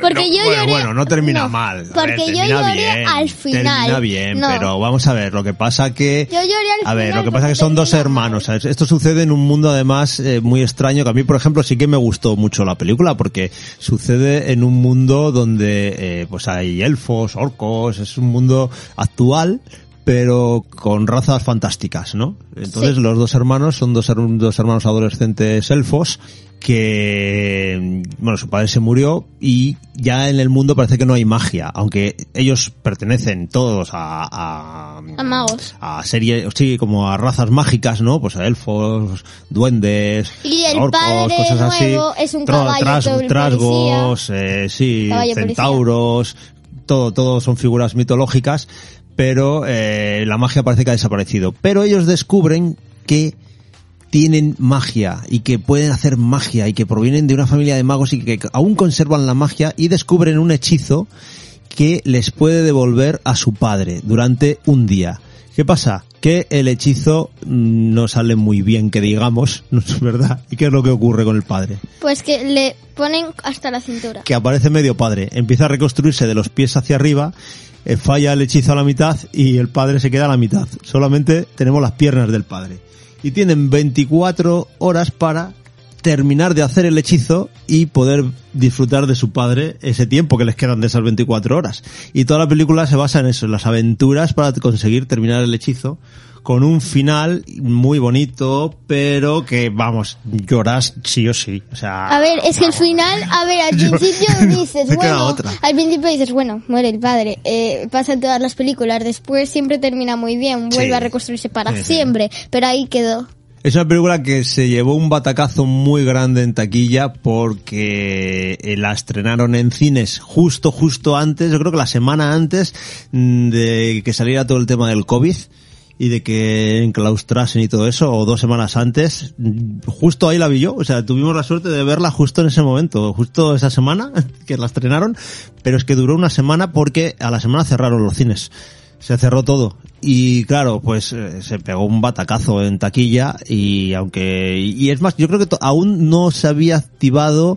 B: Porque
A: No,
B: yo
A: bueno,
B: lloré-
A: bueno, no termina
B: no,
A: mal. A
B: porque
A: ver,
B: yo
A: termina
B: lloré
A: bien,
B: al final.
A: Termina bien,
B: No.
A: pero vamos a ver, lo que pasa que...
B: Yo lloré al
A: a ver,
B: final
A: lo que pasa
B: porque
A: que son dos
B: termina
A: hermanos. ¿sabes? Esto sucede en un mundo además eh, muy extraño, que a mí, por ejemplo, sí que me gustó mucho la película, porque sucede en un mundo donde eh, pues hay elfos, orcos, es un mundo actual, pero con razas fantásticas, ¿no? Entonces
B: Sí.
A: los dos hermanos son dos, her- dos hermanos adolescentes elfos que, bueno, su padre se murió y ya en el mundo parece que no hay magia, aunque ellos pertenecen todos a... A,
B: A magos.
A: A serie, sí, como a razas mágicas, ¿no? Pues a elfos, duendes,
B: Y el
A: orcos,
B: padre
A: cosas así.
B: nuevo es un
A: Tra-
B: caballo todo el
A: trasgos, eh, sí,
B: Caballo policía.
A: centauros, todo, todo son figuras mitológicas, pero eh, la magia parece que ha desaparecido. Pero ellos descubren que tienen magia y que pueden hacer magia y que provienen de una familia de magos y que aún conservan la magia y descubren un hechizo que les puede devolver a su padre durante un día. ¿Qué pasa? Que el hechizo mm, no sale muy bien, que digamos, ¿no es verdad? ¿Y qué es lo que ocurre con el padre?
B: Pues que le ponen hasta la cintura.
A: que aparece medio padre, empieza a reconstruirse de los pies hacia arriba, eh, falla el hechizo a la mitad y el padre se queda a la mitad. Solamente tenemos las piernas del padre. Y tienen 24 horas para terminar de hacer el hechizo y poder disfrutar de su padre ese tiempo que les quedan de esas 24 horas. Y toda la película se basa en eso, en las aventuras para conseguir terminar el hechizo con un final muy bonito, pero que vamos, lloras sí o sí. O sea,
B: A ver, es que el final, a ver, al principio dices,
A: no queda
B: bueno,
A: otra.
B: al principio dices, bueno, muere el padre, eh, pasa en todas las películas, después siempre termina muy bien, vuelve
A: Sí.
B: a reconstruirse para
A: Sí, sí.
B: siempre, pero ahí quedó.
A: Es una película que se llevó un batacazo muy grande en taquilla porque eh, la estrenaron en cines justo, justo antes, yo creo que la semana antes mm, de que saliera todo el tema del COVID y de que enclaustrasen y todo eso, o dos semanas antes, mm, justo ahí la vi yo, o sea, tuvimos la suerte de verla justo en ese momento, justo esa semana que la estrenaron, pero es que duró una semana porque a la semana cerraron los cines se cerró todo y claro pues eh, se pegó un batacazo en taquilla y aunque y es más yo creo que to- aún no se había activado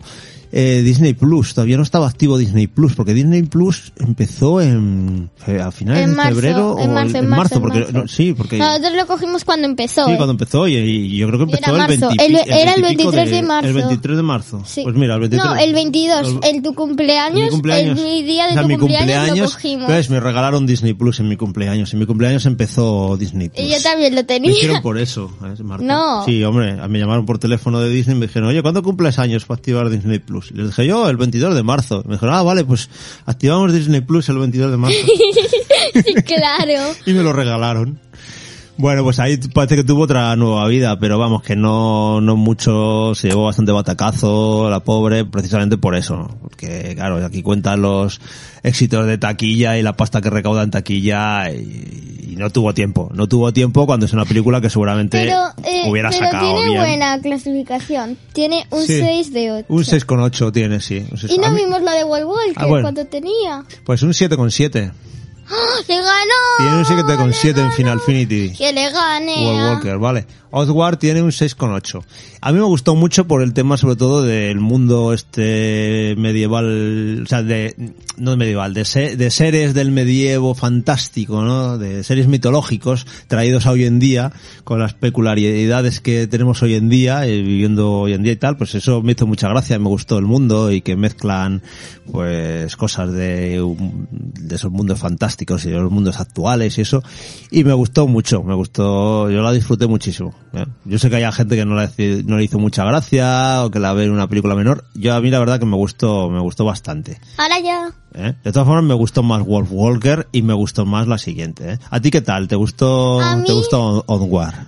A: eh, Disney Plus todavía no estaba activo Disney Plus porque Disney Plus empezó en eh, a finales
B: En
A: de
B: marzo,
A: febrero
B: en
A: o
B: marzo,
A: en
B: en marzo,
A: marzo
B: en
A: porque
B: marzo.
A: no, sí porque
B: Nosotros lo cogimos cuando empezó.
A: Sí,
B: ¿eh?
A: cuando empezó y, y yo creo que
B: Era
A: empezó el
B: marzo,
A: 20
B: el- era el
A: y pico
B: 23 de marzo.
A: El 23 de marzo.
B: Sí.
A: Pues mira, el 23.
B: No, el 22,
A: el-
B: el tu cumpleaños,
A: mi cumpleaños.
B: el mi día de
A: O sea,
B: tu
A: mi
B: cumpleaños,
A: cumpleaños, pues,
B: lo cogimos.
A: entonces me regalaron Disney Plus en mi cumpleaños. En mi cumpleaños empezó Disney Plus.
B: y yo también lo
A: Me hicieron
B: tenía.
A: por eso, ¿eh, Marta?
B: No.
A: Sí, hombre, me llamaron por teléfono de Disney y me dijeron, oye, ¿cuándo cumples años para activar Disney Plus? Y les dije yo, el 22 de marzo. Me dijeron, ah, vale, pues activamos Disney Plus el 22 de marzo.
B: Sí, claro.
A: y me lo regalaron. Bueno, pues ahí parece que tuvo otra nueva vida, pero vamos, que no, no mucho, se llevó bastante batacazo, la pobre, precisamente por eso, ¿no? porque claro, aquí cuentan los éxitos de taquilla y la pasta que recauda en taquilla y, y no tuvo tiempo, no tuvo tiempo cuando es una película que seguramente
B: Pero, eh,
A: hubiera
B: pero
A: sacado
B: tiene
A: bien.
B: buena clasificación. Tiene un
A: Sí.
B: 6 de 8.
A: Un 6,8 tiene, sí. un 6.
B: Y
A: Pues A
B: no
A: mí-
B: vimos la de Wall Walker
A: Ah, bueno.
B: cuando tenía.
A: pues un 7,7.
B: ¡Ah! ¡Le ganó!
A: Tiene un 7,7 en
B: ¡Le
A: Final
B: ganó!
A: Finity.
B: Que le gane.
A: World
B: ah.
A: Walker, vale. Oswald tiene un 6,8. A mí me gustó mucho por el tema, sobre todo, del mundo este medieval, o sea, de, no medieval, de, se- de seres del medievo fantástico, ¿no? De seres mitológicos traídos a hoy en día, con las peculiaridades que tenemos hoy en día, eh, viviendo hoy en día y tal, pues eso me hizo mucha gracia, me gustó el mundo y que mezclan, pues, cosas de, un- de esos mundos fantásticos y de los mundos actuales y eso. Y me gustó mucho, me gustó, yo la disfruté muchísimo. ¿eh? Yo sé que hay gente que no, la, hice- no le hizo mucha gracia o que la ve en una película menor. Yo a mí la verdad que me gustó, me gustó bastante.
B: Ahora ya.
A: ¿eh? De todas formas me gustó más Wolf Walker y me gustó más la siguiente. ¿eh? ¿A ti qué tal? ¿Te gustó,
B: A mí-
A: te gustó Onward?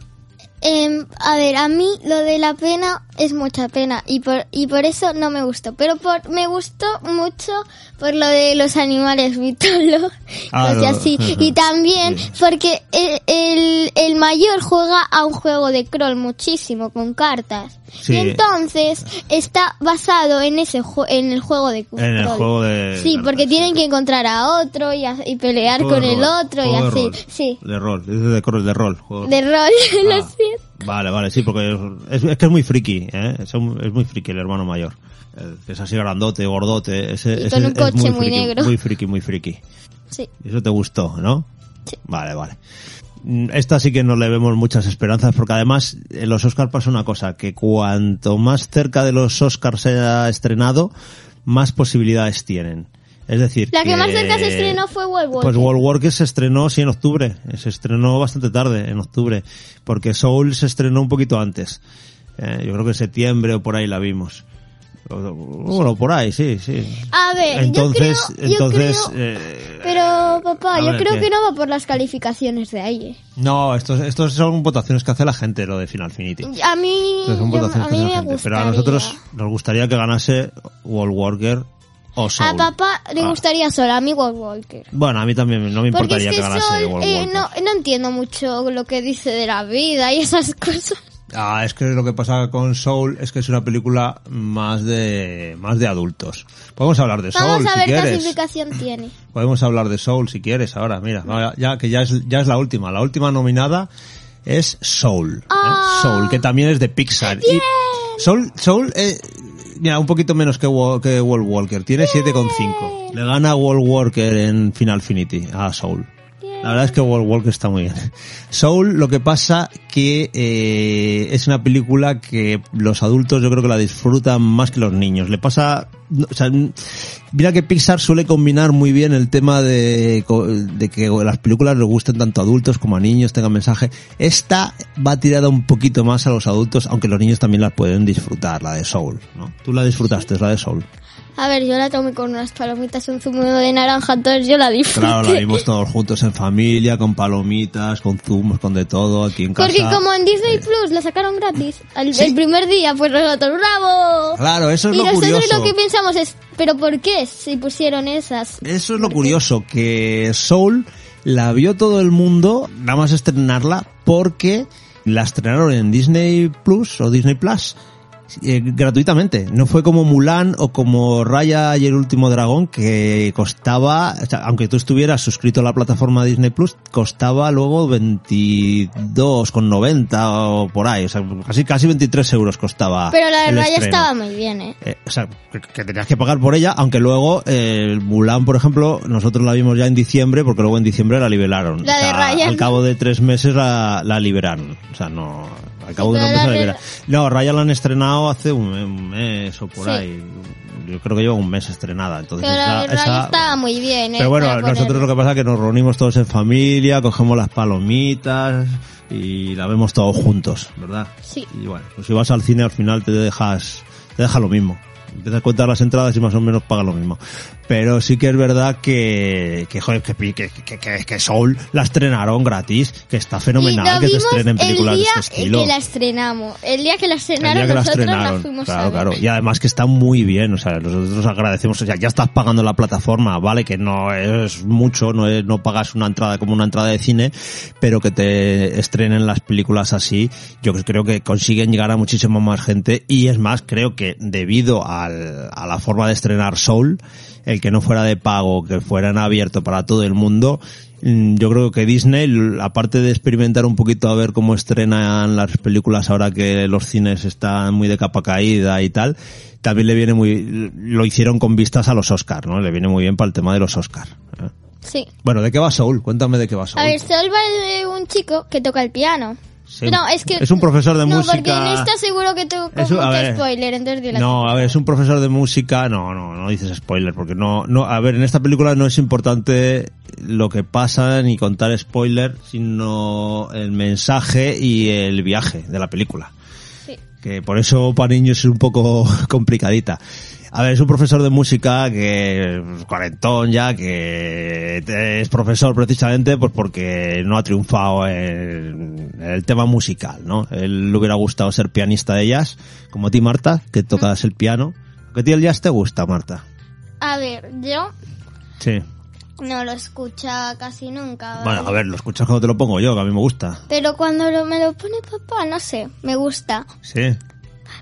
B: Em, a ver, a mí lo de la pena es mucha pena y por, y por eso no me gustó. Pero por, me gustó mucho por lo de los animales mitolo,
A: Ah,
B: cosas
A: lo-
B: así.
A: ajá.
B: Y también
A: Sí.
B: porque el, el, el mayor juega a un juego de crawl muchísimo con cartas.
A: Sí.
B: Y entonces está basado en ese ju- en el juego de
A: En el
B: crawl.
A: juego de
B: Sí,
A: cartas,
B: porque
A: sí.
B: tienen que encontrar a otro y, a- y pelear
A: Juego
B: con
A: de
B: el
A: rol,
B: otro y
A: juego de
B: así.
A: rol.
B: Sí.
A: De rol, dices de cor- de rol. juego-
B: De rol, lo
A: Ah,
B: siento.
A: Vale, vale, sí, porque es, es que es muy friki, ¿eh? es, un- es muy friki el hermano mayor. El que Es así grandote, gordote, ese,
B: Y
A: ese
B: con un
A: es
B: coche muy
A: friki,
B: negro.
A: Muy friki, muy friki.
B: Sí.
A: Eso te gustó, ¿no?
B: Sí.
A: Vale, vale. Mm, Esta sí que no le vemos muchas esperanzas, porque además en los Oscars pasa una cosa, que cuanto más cerca de los Oscars se ha estrenado, más posibilidades tienen. Es decir,
B: La que más cerca se estrenó fue World War.
A: Pues World War que se estrenó, sí, en octubre. Se estrenó bastante tarde, en octubre. Porque Soul se estrenó un poquito antes. Eh, yo creo que en septiembre o por ahí la vimos. O- o- Bueno, por ahí, sí, sí.
B: A ver,
A: Entonces,
B: yo creo, yo
A: entonces,
B: creo-
A: eh,
B: pero papá,
A: a
B: yo
A: ver,
B: creo
A: ¿qué?
B: que no va por las calificaciones de ahí. eh.
A: no, estos, estos son votaciones que hace la gente, lo de Final Fantasy.
B: A mí,
A: Estas son
B: yo-
A: votaciones
B: a
A: que
B: mí
A: hace la
B: me
A: gente.
B: gusta.
A: Pero a nosotros nos gustaría que ganase World Walker o Soul.
B: A papá le
A: Ah.
B: gustaría Sol, a mí World Walker.
A: Bueno, a mí también no me
B: Porque
A: importaría
B: es que
A: que ganase
B: Sol,
A: World
B: eh,
A: Walker.
B: no, no entiendo mucho lo que dice de la vida y esas cosas.
A: Ah, es que lo que pasa con Soul es que es una película más de más de adultos. Podemos hablar de Soul
B: Vamos a
A: si
B: ver qué
A: quieres.
B: clasificación tiene.
A: Podemos hablar de Soul si quieres ahora, mira, ahora ya que ya es ya es la última, la última nominada es Soul, ¿eh?
B: Ah.
A: Soul que también es de Pixar. Y Soul Soul eh, mira, un poquito menos que Wo- que World Walker, tiene 7,5. Le gana World Walker en Final Finity a Soul. La verdad es que World Walker está muy bien. Soul, lo que pasa que eh, es una película que los adultos yo creo que la disfrutan más que los niños. Le pasa, no, o sea, n- mira que Pixar suele combinar muy bien el tema de, co- de que las películas les gusten tanto a adultos como a niños, tengan mensaje. Esta va tirada un poquito más a los adultos, aunque los niños también la pueden disfrutar, la de Soul, ¿no? Tú la disfrutaste, la de Soul.
B: A ver, yo la tomé con unas palomitas, un zumo de naranja, entonces yo la disfruté.
A: Claro, la vimos todos juntos en familia, con palomitas, con zumos, con de todo, aquí en casa. Eh.
B: Porque como en Disney Plus la sacaron gratis al- el, primer día, pues nosotros, ¡bravo!
A: Claro, eso es
B: y
A: lo
B: nosotros
A: curioso.
B: lo que pensamos es, ¿pero por qué si pusieron esas?
A: Eso es lo curioso, que Soul la vio todo el mundo, nada más estrenarla, porque la estrenaron en Disney Plus o Disney Plus eh, gratuitamente. No fue como Mulan o como Raya y el último dragón, que costaba, o sea, aunque tú estuvieras suscrito a la plataforma Disney Plus, costaba luego 22,90 o por ahí, o sea, casi, casi 23 euros costaba.
B: Pero la de
A: Ah, el
B: Raya
A: estreno.
B: estaba muy bien, ¿eh?
A: Eh, o sea, que, que tenías que pagar por ella, aunque luego eh, el Mulan, por ejemplo, nosotros la vimos ya en diciembre, porque luego en diciembre la liberaron.
B: La
A: O sea,
B: de Ryan.
A: Al cabo de tres meses la, la liberaron. O sea, no. Al cabo de
B: pero
A: una mes
B: la
A: la
B: de-
A: liberaron. No, Ryan la han estrenado hace un, un mes o por
B: Sí.
A: ahí. Yo creo que lleva un mes estrenada. Entonces,
B: Pero la de
A: esa-
B: Raya
A: esa-
B: estaba muy bien, ¿eh?
A: pero bueno,
B: Para
A: nosotros lo
B: ponerla.
A: que pasa es que nos reunimos todos en familia, cogemos las palomitas y la vemos todos juntos, ¿verdad?
B: Sí.
A: Y bueno, pues si vas al cine al final te dejas, te deja lo mismo. Empiezas a contar las entradas y más o menos pagas lo mismo. Pero sí que es verdad que, que joder, que, pi- que, que, que, que Soul la estrenaron gratis, que está
B: Y
A: fenomenal
B: lo
A: que te
B: vimos
A: estrenen películas
B: el
A: de
B: día
A: este estilo.
B: que la estrenamos. El día que la
A: El
B: estrenaron,
A: día que la
B: nosotros la
A: estrenaron.
B: fuimos a
A: claro,
B: ver.
A: claro. Y además que está muy bien, o sea, nosotros agradecemos, o sea, ya estás pagando la plataforma, vale, que no es mucho, no, es- no pagas una entrada como una entrada de cine, pero que te estrenen las películas así, yo creo que consiguen llegar a muchísima más gente y es más, creo que debido al- a la forma de estrenar Soul, el que no fuera de pago, que fuera en abierto para todo el mundo, Mm, Yo creo que Disney, l- aparte de experimentar un poquito a ver cómo estrenan las películas ahora que los cines están muy de capa caída y tal, también le viene muy, lo hicieron con vistas a los Oscars, ¿no? Le viene muy bien para el tema de los Oscars.
B: Sí.
A: Bueno, ¿de qué va Soul? Cuéntame de qué va Soul.
B: A ver, Sol va de un chico que toca el piano.
A: Sí.
B: No, es que...
A: Es un profesor de
B: no, porque
A: música.
B: en esta seguro que toco
A: Es un- a
B: mucho
A: ver.
B: spoiler, entonces dila tú.
A: No, a ver, es un profesor de música. No, no, no dices spoiler, porque no, no, a ver, en esta película no es importante lo que pasa ni contar spoiler, sino el mensaje y el viaje de la película.
B: Sí.
A: Que por eso para niños es un poco complicadita. A ver, es un profesor de música que pues, cuarentón ya, que es profesor precisamente pues porque no ha triunfado en, en el tema musical, ¿no? Él le hubiera gustado ser pianista de jazz, como a ti, Marta, que tocas el piano. ¿Qué a ti el jazz te gusta, Marta?
B: A ver, yo
A: Sí.
B: no lo escucha casi nunca. ¿vale?
A: Bueno, a ver, lo escuchas cuando te lo pongo yo, que a mí me gusta.
B: Pero cuando lo- me lo pone papá, no sé, me gusta.
A: Sí.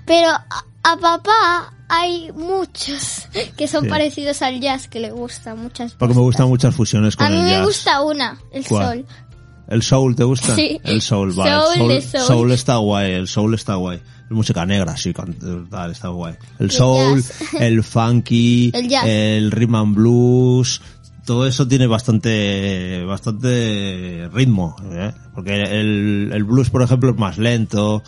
B: Pero a, a papá hay muchos que son
A: Sí.
B: parecidos al jazz que le gustan muchas
A: Porque me gustan
B: cosas.
A: muchas fusiones con
B: A mí
A: el jazz.
B: me gusta una, el
A: ¿Cuál?
B: sol.
A: ¿El soul te gusta?
B: Sí.
A: El soul, va.
B: Soul de
A: el soul,
B: soul.
A: soul está guay, el soul está guay. Es música negra, sí, can- tal, está guay. El soul,
B: jazz.
A: el funky,
B: El jazz.
A: el rhythm and blues, todo eso tiene bastante, bastante ritmo, ¿eh? Porque el, el blues, por ejemplo, es más lento,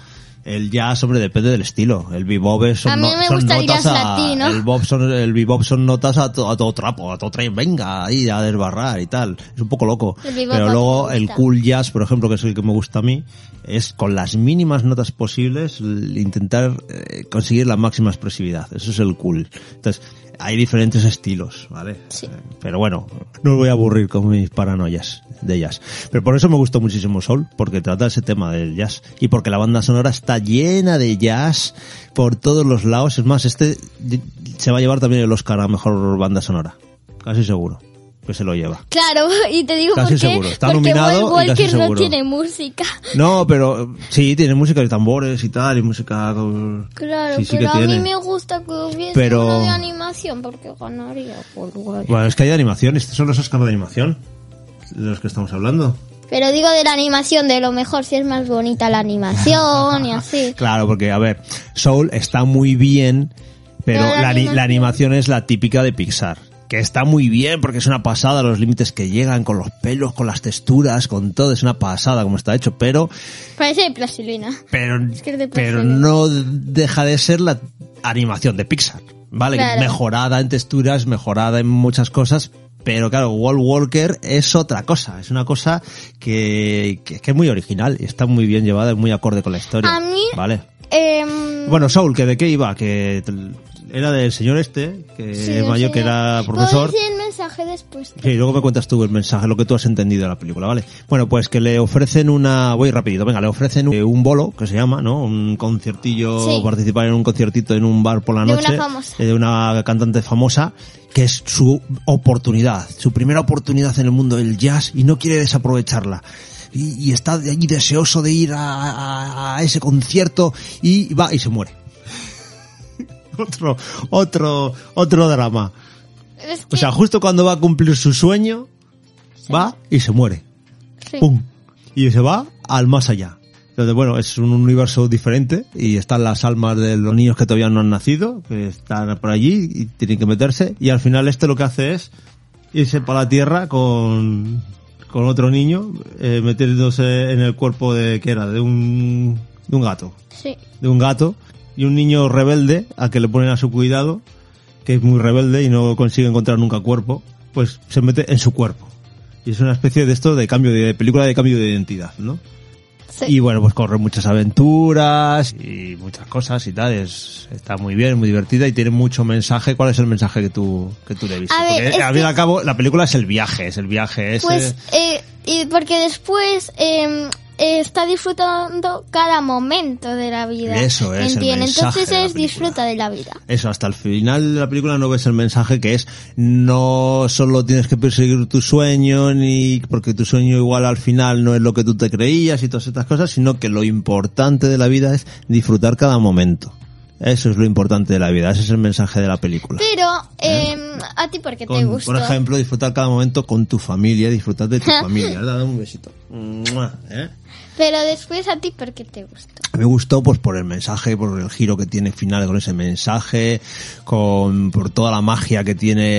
A: El jazz, hombre, depende del estilo. El bebop es son,
B: A mí
A: no-
B: me
A: son
B: gusta el
A: notas
B: jazz
A: a,
B: latino.
A: El bebop son, el bebop son notas a, to- a todo trapo, a todo tren, venga, ahí a desbarrar y tal. Es un poco loco.
B: El bebop a
A: Pero
B: mí
A: luego
B: me
A: el
B: gusta.
A: cool jazz, por ejemplo, que es el que me gusta a mí, es con las mínimas notas posibles l- intentar eh, conseguir la máxima expresividad. Eso es el cool. Entonces, hay diferentes estilos, ¿vale? Eh,
B: Sí.
A: Pero bueno, no os voy a aburrir con mis paranoias de jazz. Pero por eso me gustó muchísimo Soul, porque trata ese tema del jazz. Y porque la banda sonora está llena de jazz por todos los lados. Es más, este di- se va a llevar también el Oscar a mejor banda sonora. Casi seguro que se lo lleva.
B: Claro, y te digo
A: Casi
B: por qué.
A: seguro, está
B: porque
A: nominado
B: Walt
A: y casi
B: Walker no
A: seguro.
B: tiene música.
A: No, pero eh, sí, tiene música de tambores y tal, y música. con-
B: Claro,
A: sí, sí
B: pero
A: que
B: a mí
A: tiene.
B: me gusta que hubiese
A: Pero-
B: uno de animación porque ganaría por Walt.
A: Bueno, es que hay de animación, estos son los Oscars de animación de los que estamos hablando.
B: Pero digo de la animación, de lo mejor si es más bonita la animación y así.
A: Claro, porque, a ver, Soul está muy bien, pero,
B: Pero la
A: la, ani- la
B: animación-
A: animación es la típica de Pixar. Que está muy bien porque es una pasada los límites que llegan con los pelos, con las texturas, con todo. Es una pasada como está hecho, pero
B: Parece de plastilina.
A: pero,
B: que es de
A: pero
B: plastilina.
A: no deja de ser la animación de Pixar, ¿vale?
B: Claro.
A: Mejorada en texturas, mejorada en muchas cosas, pero claro, Wall Walker es otra cosa, es una cosa que, que, que es muy original, y está muy bien llevada, es muy acorde con la historia,
B: A mí-
A: ¿vale?
B: Em,
A: Bueno, Soul, ¿que ¿de qué iba? Que t- era del señor este, que
B: sí,
A: es mayor,
B: sí.
A: que era
B: ¿Puedo
A: profesor.
B: decir el mensaje después.
A: Sí, luego me cuentas tú el mensaje, lo que tú has entendido de la película, ¿vale? Bueno, pues que le ofrecen una... Voy rapidito, venga, le ofrecen un, eh, un bolo, que se llama, ¿no? Un conciertillo,
B: Sí.
A: participar en un conciertito en un bar por la
B: De
A: noche.
B: una famosa.
A: eh, De una cantante famosa, que es su oportunidad, su primera oportunidad en el mundo del jazz y no quiere desaprovecharla. Y, y está de allí deseoso de ir a, a- a ese concierto y va y se muere. otro, otro, otro drama.
B: Es que-
A: O sea, justo cuando va a cumplir su sueño, va y se muere.
B: sí.
A: ¡Pum! Y se va al más allá. Entonces, bueno, es un universo diferente y están las almas de los niños que todavía no han nacido, que están por allí y tienen que meterse. Y al final este lo que hace es irse para la Tierra con, con otro niño, eh, metiéndose en el cuerpo de, ¿qué era? De un, de un gato
B: Sí.
A: de un gato y un niño rebelde a que le ponen a su cuidado, que es muy rebelde y no consigue encontrar nunca cuerpo, pues se mete en su cuerpo. Y es una especie de esto de cambio de película de cambio de identidad, ¿no?
B: sí.
A: Y bueno, pues corre muchas aventuras y muchas cosas y tal. Es, está muy bien, muy divertida y tiene mucho mensaje. ¿Cuál es el mensaje que tú, que tú le viste?
B: A ver,
A: Porque eh,
B: es
A: al fin y
B: que-
A: al cabo, la película es el viaje, es el viaje ese.
B: Pues, eh, y porque después em, eh, está disfrutando cada momento de la vida.
A: Eso es el
B: ¿entiende?
A: mensaje
B: Entonces
A: de la
B: es
A: película.
B: disfruta de la vida.
A: Eso, hasta el final de la película no ves el mensaje que es no solo tienes que perseguir tu sueño, ni porque tu sueño igual al final no es lo que tú te creías y todas estas cosas, sino que lo importante de la vida es disfrutar cada momento. Eso es lo importante de la vida, ese es el mensaje de la película.
B: Pero em, a ti porque te
A: ¿Eh? Con,
B: gustó.
A: por ejemplo, disfrutar cada momento con tu familia, disfrutar de tu familia. Dale un besito. Mua, ¿eh?
B: Pero después a ti porque te gustó.
A: me gustó pues por el mensaje, por el giro que tiene final con ese mensaje, con por toda la magia que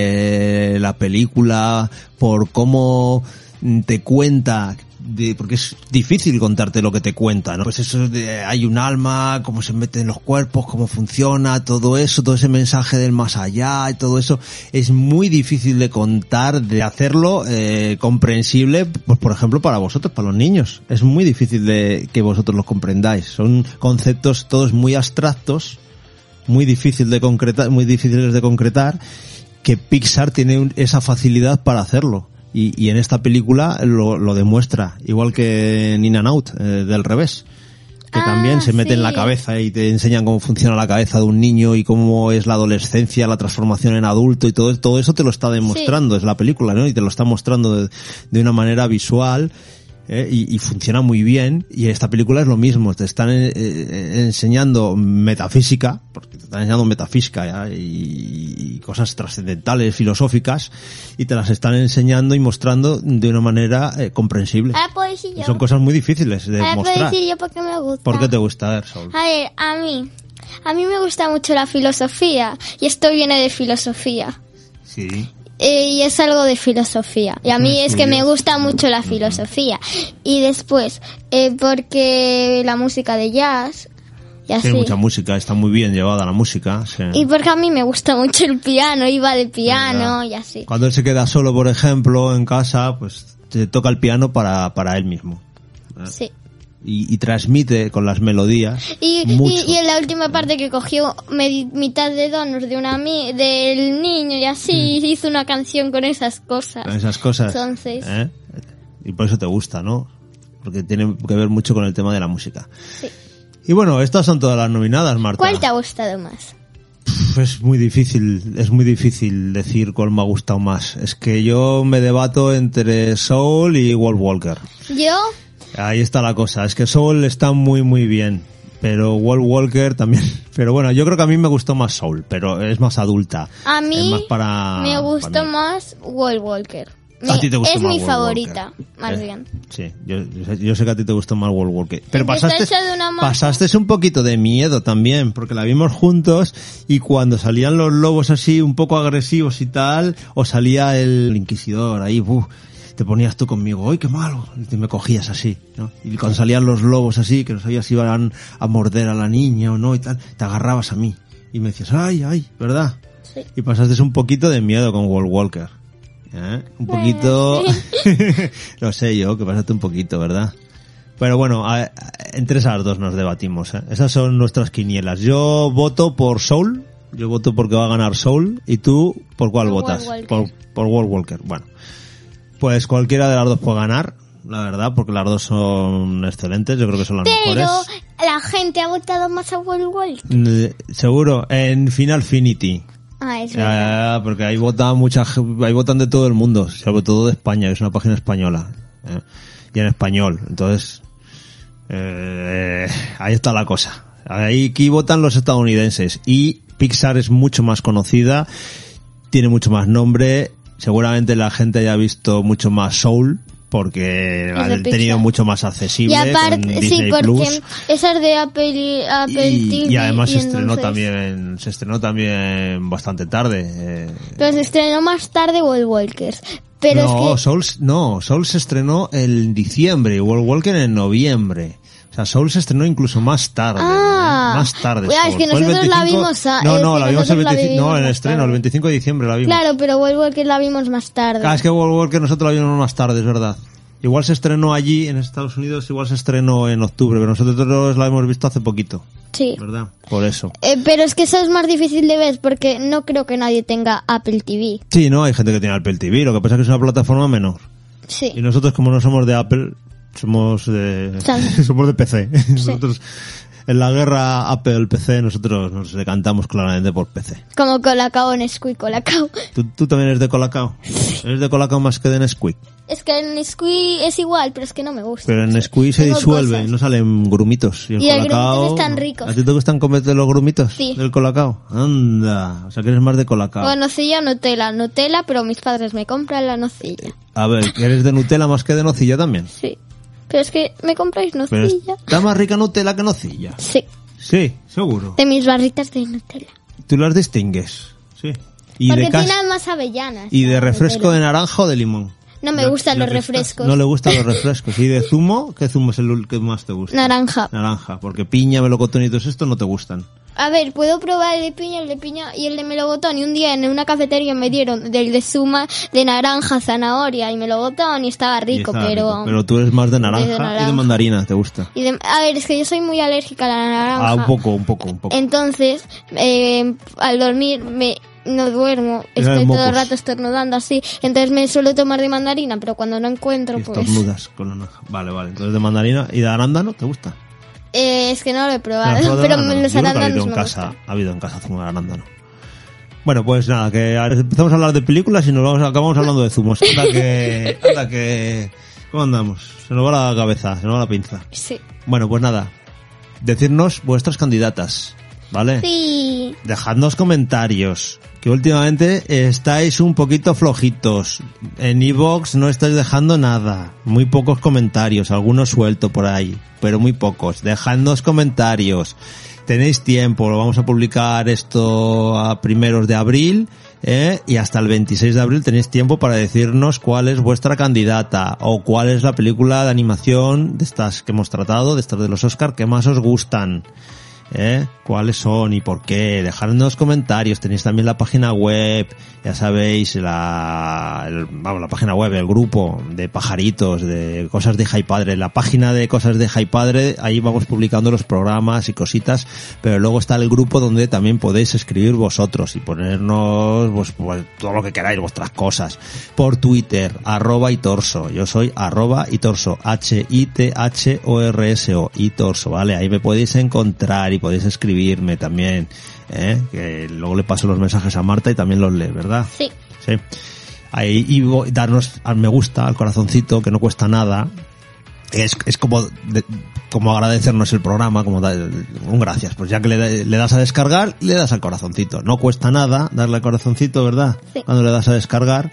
A: tiene la película, por cómo mm, te cuenta de, porque es difícil contarte lo que te cuenta, ¿no? Pues eso de hay un alma, cómo se meten los cuerpos, cómo funciona, todo eso, todo ese mensaje del más allá y todo eso, es muy difícil de contar, de hacerlo eh, comprensible, pues por ejemplo para vosotros, para los niños. Es muy difícil de que vosotros los comprendáis. Son conceptos todos muy abstractos, muy difícil de concretar, muy difíciles de concretar, que Pixar tiene un- esa facilidad para hacerlo. Y, y en esta película lo, lo demuestra, igual que en In and Out, eh, del revés. Que
B: Ah,
A: también se mete en la
B: sí.
A: cabeza y te enseñan cómo funciona la cabeza de un niño y cómo es la adolescencia, la transformación en adulto y todo, todo eso te lo está demostrando, es la película, ¿no? Y te lo está mostrando de, de una manera visual ¿eh? y, y funciona muy bien. Y esta película es lo mismo, te están eh, eh, enseñando metafísica, porque te están enseñando metafísica ¿ya? y, y cosas trascendentales, filosóficas, y te las están enseñando y mostrando de una manera eh, comprensible.
B: Ahora puedo decir
A: Y
B: yo.
A: son cosas muy difíciles de
B: Ahora puedo
A: mostrar.
B: decir yo porque me gusta.
A: ¿Por qué te gusta ver Soul?
B: A ver, a mí. A mí me gusta mucho la filosofía. Y esto viene de filosofía.
A: Sí.
B: Eh, y es algo de filosofía. Y a mí es que me gusta mucho la filosofía. Y después, eh, porque la música de jazz, Y así.
A: Tiene mucha música, está muy bien llevada la música. sí.
B: Y porque a mí me gusta mucho el piano, iba de piano y así.
A: Cuando él se queda solo, por ejemplo, en casa, pues se toca el piano para, para él mismo.
B: Sí.
A: Y, y transmite con las melodías.
B: Y,
A: mucho.
B: y, y en la última parte que cogió medi- mitad de donos de una ami- del niño y
A: Mm.
B: así hizo una canción con esas cosas.
A: Esas cosas.
B: Entonces-
A: ¿eh? Y por eso te gusta, ¿no? Porque tiene que ver mucho con el tema de la música.
B: Sí.
A: Y bueno, estas son todas las nominadas, Marta.
B: ¿Cuál te ha gustado más?
A: Pf, Es muy difícil, es muy difícil decir cuál me ha gustado más. Es que yo me debato entre Soul y World Walker.
B: Yo,
A: Ahí está la cosa. Es que Soul está muy, muy bien. Pero World Walker también. Pero bueno, yo creo que a mí me gustó más Soul, pero es más adulta.
B: a
A: Es
B: mí,
A: más para-
B: me gustó
A: para mí.
B: más Wall Walker.
A: A
B: Me-
A: ti te gustó
B: es
A: más
B: mi
A: World
B: favorita,
A: Walker.
B: más
A: Eh,
B: bien.
A: Sí, yo, yo sé- yo sé que a ti te gustó más World Walker. Pero
B: Porque está
A: pasaste,
B: hecha de una masa.
A: pasaste un poquito de miedo también, porque la vimos juntos y cuando salían los lobos así un poco agresivos y tal, o salía el inquisidor ahí, ¡buf! te ponías tú conmigo, ¡ay, qué malo! Y te me cogías así, ¿no? Y cuando salían los lobos así, que no sabías si iban a morder a la niña o no y tal, te agarrabas a mí y me decías, ¡ay, ay! ¿Verdad?
B: Sí.
A: Y pasaste un poquito de miedo con World Walker. ¿eh? Un
B: Bueno,
A: poquito... Lo sé yo, que pasaste un poquito, ¿verdad? Pero bueno, a- a- entre esas dos nos debatimos. ¿eh? Esas son nuestras quinielas. Yo voto por Soul. Yo voto porque va a ganar Soul. ¿Y tú por cuál
B: Por
A: votas?
B: World
A: por,
B: Walker.
A: por World Walker. Bueno, pues cualquiera de las dos puede ganar, la verdad, porque las dos son excelentes. Yo creo que son las
B: Pero
A: mejores.
B: la gente ha votado más a Wall Walker.
A: Eh, Seguro, en Final Finity.
B: Ah, es verdad.
A: Ya, porque ahí votan mucha, ge- ahí votan de todo el mundo, sobre todo de España, que es una página española ¿eh? y en español. Entonces eh, ahí está la cosa. Ahí aquí votan los estadounidenses y Pixar es mucho más conocida, tiene mucho más nombre. Seguramente la gente haya visto mucho más Soul porque la
B: de
A: han tenido
B: Pixar.
A: mucho más accesible.
B: Y
A: con
B: aparte, sí,
A: Disney
B: porque
A: Plus.
B: esas de Apple, Apple
A: Y,
B: TV.
A: y además se estrenó
B: entonces-
A: también se estrenó también bastante tarde eh,
B: Pero se pues estrenó más tarde Wall Walkers. Pero
A: no,
B: es que.
A: Soul, no, Soul se estrenó en diciembre y World Walker en noviembre. O sea, Soul se estrenó incluso más tarde.
B: Ah.
A: ¿eh? más tarde.
B: Ya,
A: Soul.
B: es que
A: Fue el
B: nosotros la vimos a-
A: No,
B: es
A: no,
B: que
A: la vimos el
B: nosotros la
A: 25 no,
B: vimos
A: en el
B: más
A: estreno,
B: tarde.
A: el 25 de diciembre la vimos.
B: Claro, pero Wall Walker la vimos más tarde.
A: Ah, es que World Walker nosotros la vimos más tarde, es verdad. Igual se estrenó allí en Estados Unidos, igual se estrenó en octubre, pero nosotros la hemos visto hace poquito,
B: Sí.
A: ¿verdad? Por eso.
B: Eh, pero es que eso es más difícil de ver porque no creo que nadie tenga Apple TV.
A: Sí, no, hay gente que tiene Apple TV, lo que pasa es que es una plataforma menor.
B: Sí.
A: Y nosotros, como no somos de Apple, somos de,
B: Samsung.
A: somos de PC. Nosotros, en la guerra Apple-PC, nosotros nos decantamos claramente por PC.
B: Como Colacao en Squeak, Colacao.
A: ¿Tú, tú también eres de Colacao? Eres de Colacao más que de Nesquik.
B: Es que en Squeak es igual, pero es que no me gusta.
A: Pero en Nesquik se
B: Tengo
A: disuelve,
B: cosas.
A: no salen grumitos. Y, en
B: Y el
A: Colacao-
B: grumitos están ricos.
A: ¿A ti te gustan comerte los grumitos
B: Sí.
A: del Colacao? Anda, o sea que eres más de Colacao.
B: Bueno, nocilla, Nutella, Nutella, pero mis padres me compran la nocilla.
A: A ver, que eres de Nutella más que de nocilla también.
B: Sí. Pero es que me compráis
A: Pero
B: nocilla.
A: está más rica Nutella que nocilla.
B: Sí.
A: Sí, seguro.
B: De mis barritas de Nutella.
A: Tú las distingues. Sí. este Y
B: porque
A: de cas-
B: tienen más avellanas.
A: Y de
B: la
A: refresco
B: Nutella.
A: de naranja o de limón.
B: No me
A: Le-
B: gustan
A: le
B: los
A: restas-
B: refrescos.
A: No le gustan los refrescos. ¿Y de zumo? ¿Qué zumo es el que más te gusta?
B: Naranja.
A: Naranja, porque piña, melocotón y todos estos no te gustan.
B: A ver, puedo probar el de piña, el de piña y el de melocotón. Y un día en una cafetería me dieron del de suma de naranja, zanahoria y melocotón y estaba
A: Y
B: rico,
A: está
B: pero...
A: rico. Pero tú eres más de naranja, y de
B: naranja.
A: mandarina, te gusta.
B: y de- A ver, es que yo soy muy alérgica a la naranja.
A: Ah, un poco, un poco, un poco.
B: Entonces, eh, al dormir me no duermo,
A: Te
B: estoy
A: salen
B: todo el
A: mocos.
B: rato estornudando así. Entonces me suelo tomar de mandarina, pero cuando no encuentro,
A: Y
B: pues...
A: estornudas con la naranja. Vale, vale. Entonces de mandarina y de arándano, ¿te gusta?
B: Eh, es que no lo he
A: ¿Te has
B: probado,
A: probado
B: pero
A: arándano?
B: los
A: Yo creo que ha habido
B: arándanos
A: en
B: me
A: casa,
B: gustan.
A: ha habido en casa zumo de arándano. Bueno, pues nada, que ahora empezamos a hablar de películas y nos vamos, acabamos hablando de zumos. Anda que, anda que, ¿cómo andamos? Se nos va la cabeza, se nos va la pinza.
B: Sí.
A: Bueno, pues nada, decirnos vuestras candidatas, ¿vale?
B: Sí.
A: Dejadnos comentarios, que últimamente estáis un poquito flojitos. En Evox no estáis dejando nada. Muy pocos comentarios, algunos suelto por ahí, pero muy pocos. Dejadnos comentarios. Tenéis tiempo, lo vamos a publicar esto a primeros de abril. ¿eh? Y hasta el 26 de abril tenéis tiempo para decirnos cuál es vuestra candidata o cuál es la película de animación de estas que hemos tratado, de estas de los Oscar, que más os gustan. ¿eh? cuáles son y por qué. Dejadnos comentarios. Tenéis también la página web, ya sabéis, la, el- vamos, la página web, el grupo de pajaritos, de cosas de Jai Padre. La página de cosas de Jai Padre, ahí vamos publicando los programas y cositas, pero luego está el grupo donde también podéis escribir vosotros y ponernos pues, pues, todo lo que queráis, vuestras cosas. Por Twitter, arroba y torso. Yo soy arroba y torso, H-I-T-H-O-R-S-O, y torso, ¿vale? Ahí me podéis encontrar y podéis escribirme también, ¿eh? Que luego le paso los mensajes a Marta y también los lee, ¿verdad?
B: Sí.
A: Sí. Ahí, y vo- darnos al me gusta, al corazoncito, que no cuesta nada. Es, es como, de- como agradecernos el programa, como da- un gracias. Pues ya que le, da- le das a descargar, le das al corazoncito. No cuesta nada darle al corazoncito, ¿verdad?
B: Sí.
A: Cuando le das a descargar.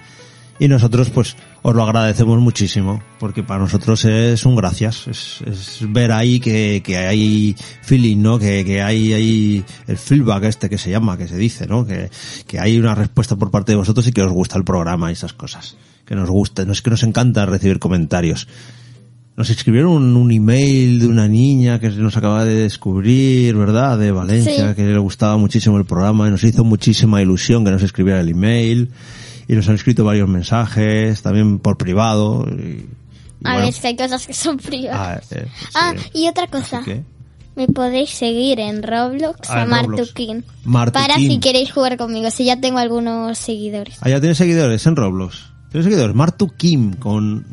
A: Y nosotros, pues, os lo agradecemos muchísimo, porque para nosotros es un gracias. Es, es ver ahí que, que hay feeling, ¿no? Que, que hay, hay el feedback este que se llama, que se dice, ¿no? Que, que hay una respuesta por parte de vosotros y que os gusta el programa y esas cosas. Que nos gusta, no es que nos encanta recibir comentarios. Nos escribieron un, un email de una niña que nos acaba de descubrir, ¿verdad? De Valencia,
B: Sí.
A: que le gustaba muchísimo el programa y nos hizo muchísima ilusión que nos escribiera el email. Y nos han escrito varios mensajes, también por privado. Y, y
B: A
A: bueno,
B: ver, es que hay cosas que son privadas.
A: ah, eh, sí.
B: Ah, y otra cosa.
A: ¿Qué?
B: Me podéis seguir en Roblox
A: Ah,
B: a
A: en Roblox.
B: Martukin.
A: Martukin.
B: Para si queréis jugar conmigo, si ya tengo algunos seguidores.
A: Ah, ya tienes seguidores en Roblox. Tienes seguidores. Martu Kim con...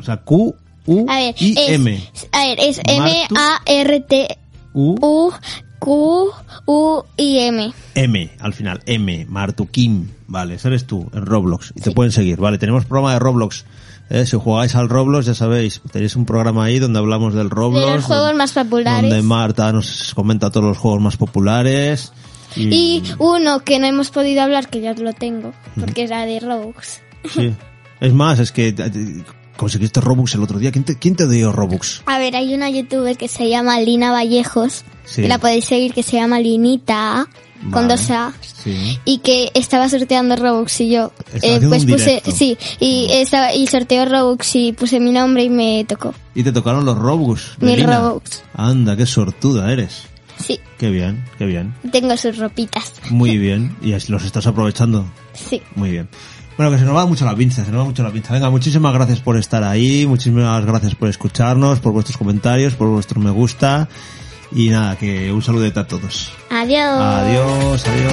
A: O sea, Q... U
B: A ver,
A: I
B: es,
A: M
B: a ver, es
A: Martu-
B: M A R T
A: U
B: U Q U I M.
A: M, al final, M, Martu Kim, vale, ese eres tú, en Roblox, y te pueden seguir, vale, tenemos programa de Roblox, eh, si jugáis al Roblox, ya sabéis, tenéis un programa ahí donde hablamos del Roblox,
B: De los juegos
A: donde,
B: más populares.
A: donde Marta nos comenta todos los juegos más populares, y,
B: Y uno que no hemos podido hablar, que ya lo tengo, porque era de Robux.
A: sí. es más, es que eh, eh, conseguiste Robux el otro día, ¿quién te, quién te dio Robux?
B: A ver, hay una youtuber que se llama Lina Vallejos,
A: Sí.
B: que la podéis seguir, que se llama Linita, con
A: Vale.
B: dos A.
A: Sí.
B: Y que estaba sorteando Robux y yo,
A: Estaba haciendo
B: pues
A: un
B: puse,
A: directo.
B: sí, y, estaba, y sorteó Robux y puse mi nombre y me tocó.
A: Y te tocaron los Robux. de
B: Mil
A: Lina.
B: Robux.
A: Anda, qué sortuda eres.
B: Sí,
A: Qué bien, qué bien.
B: tengo sus ropitas.
A: Muy bien. Y es- los estás aprovechando.
B: Sí.
A: Muy bien. Bueno, que se nos va mucho la pinza, se nos va mucho la pinza. Venga, muchísimas gracias por estar ahí, muchísimas gracias por escucharnos, por vuestros comentarios, por vuestro me gusta. Y nada, que un saludete a todos.
B: Adiós.
A: Adiós, adiós.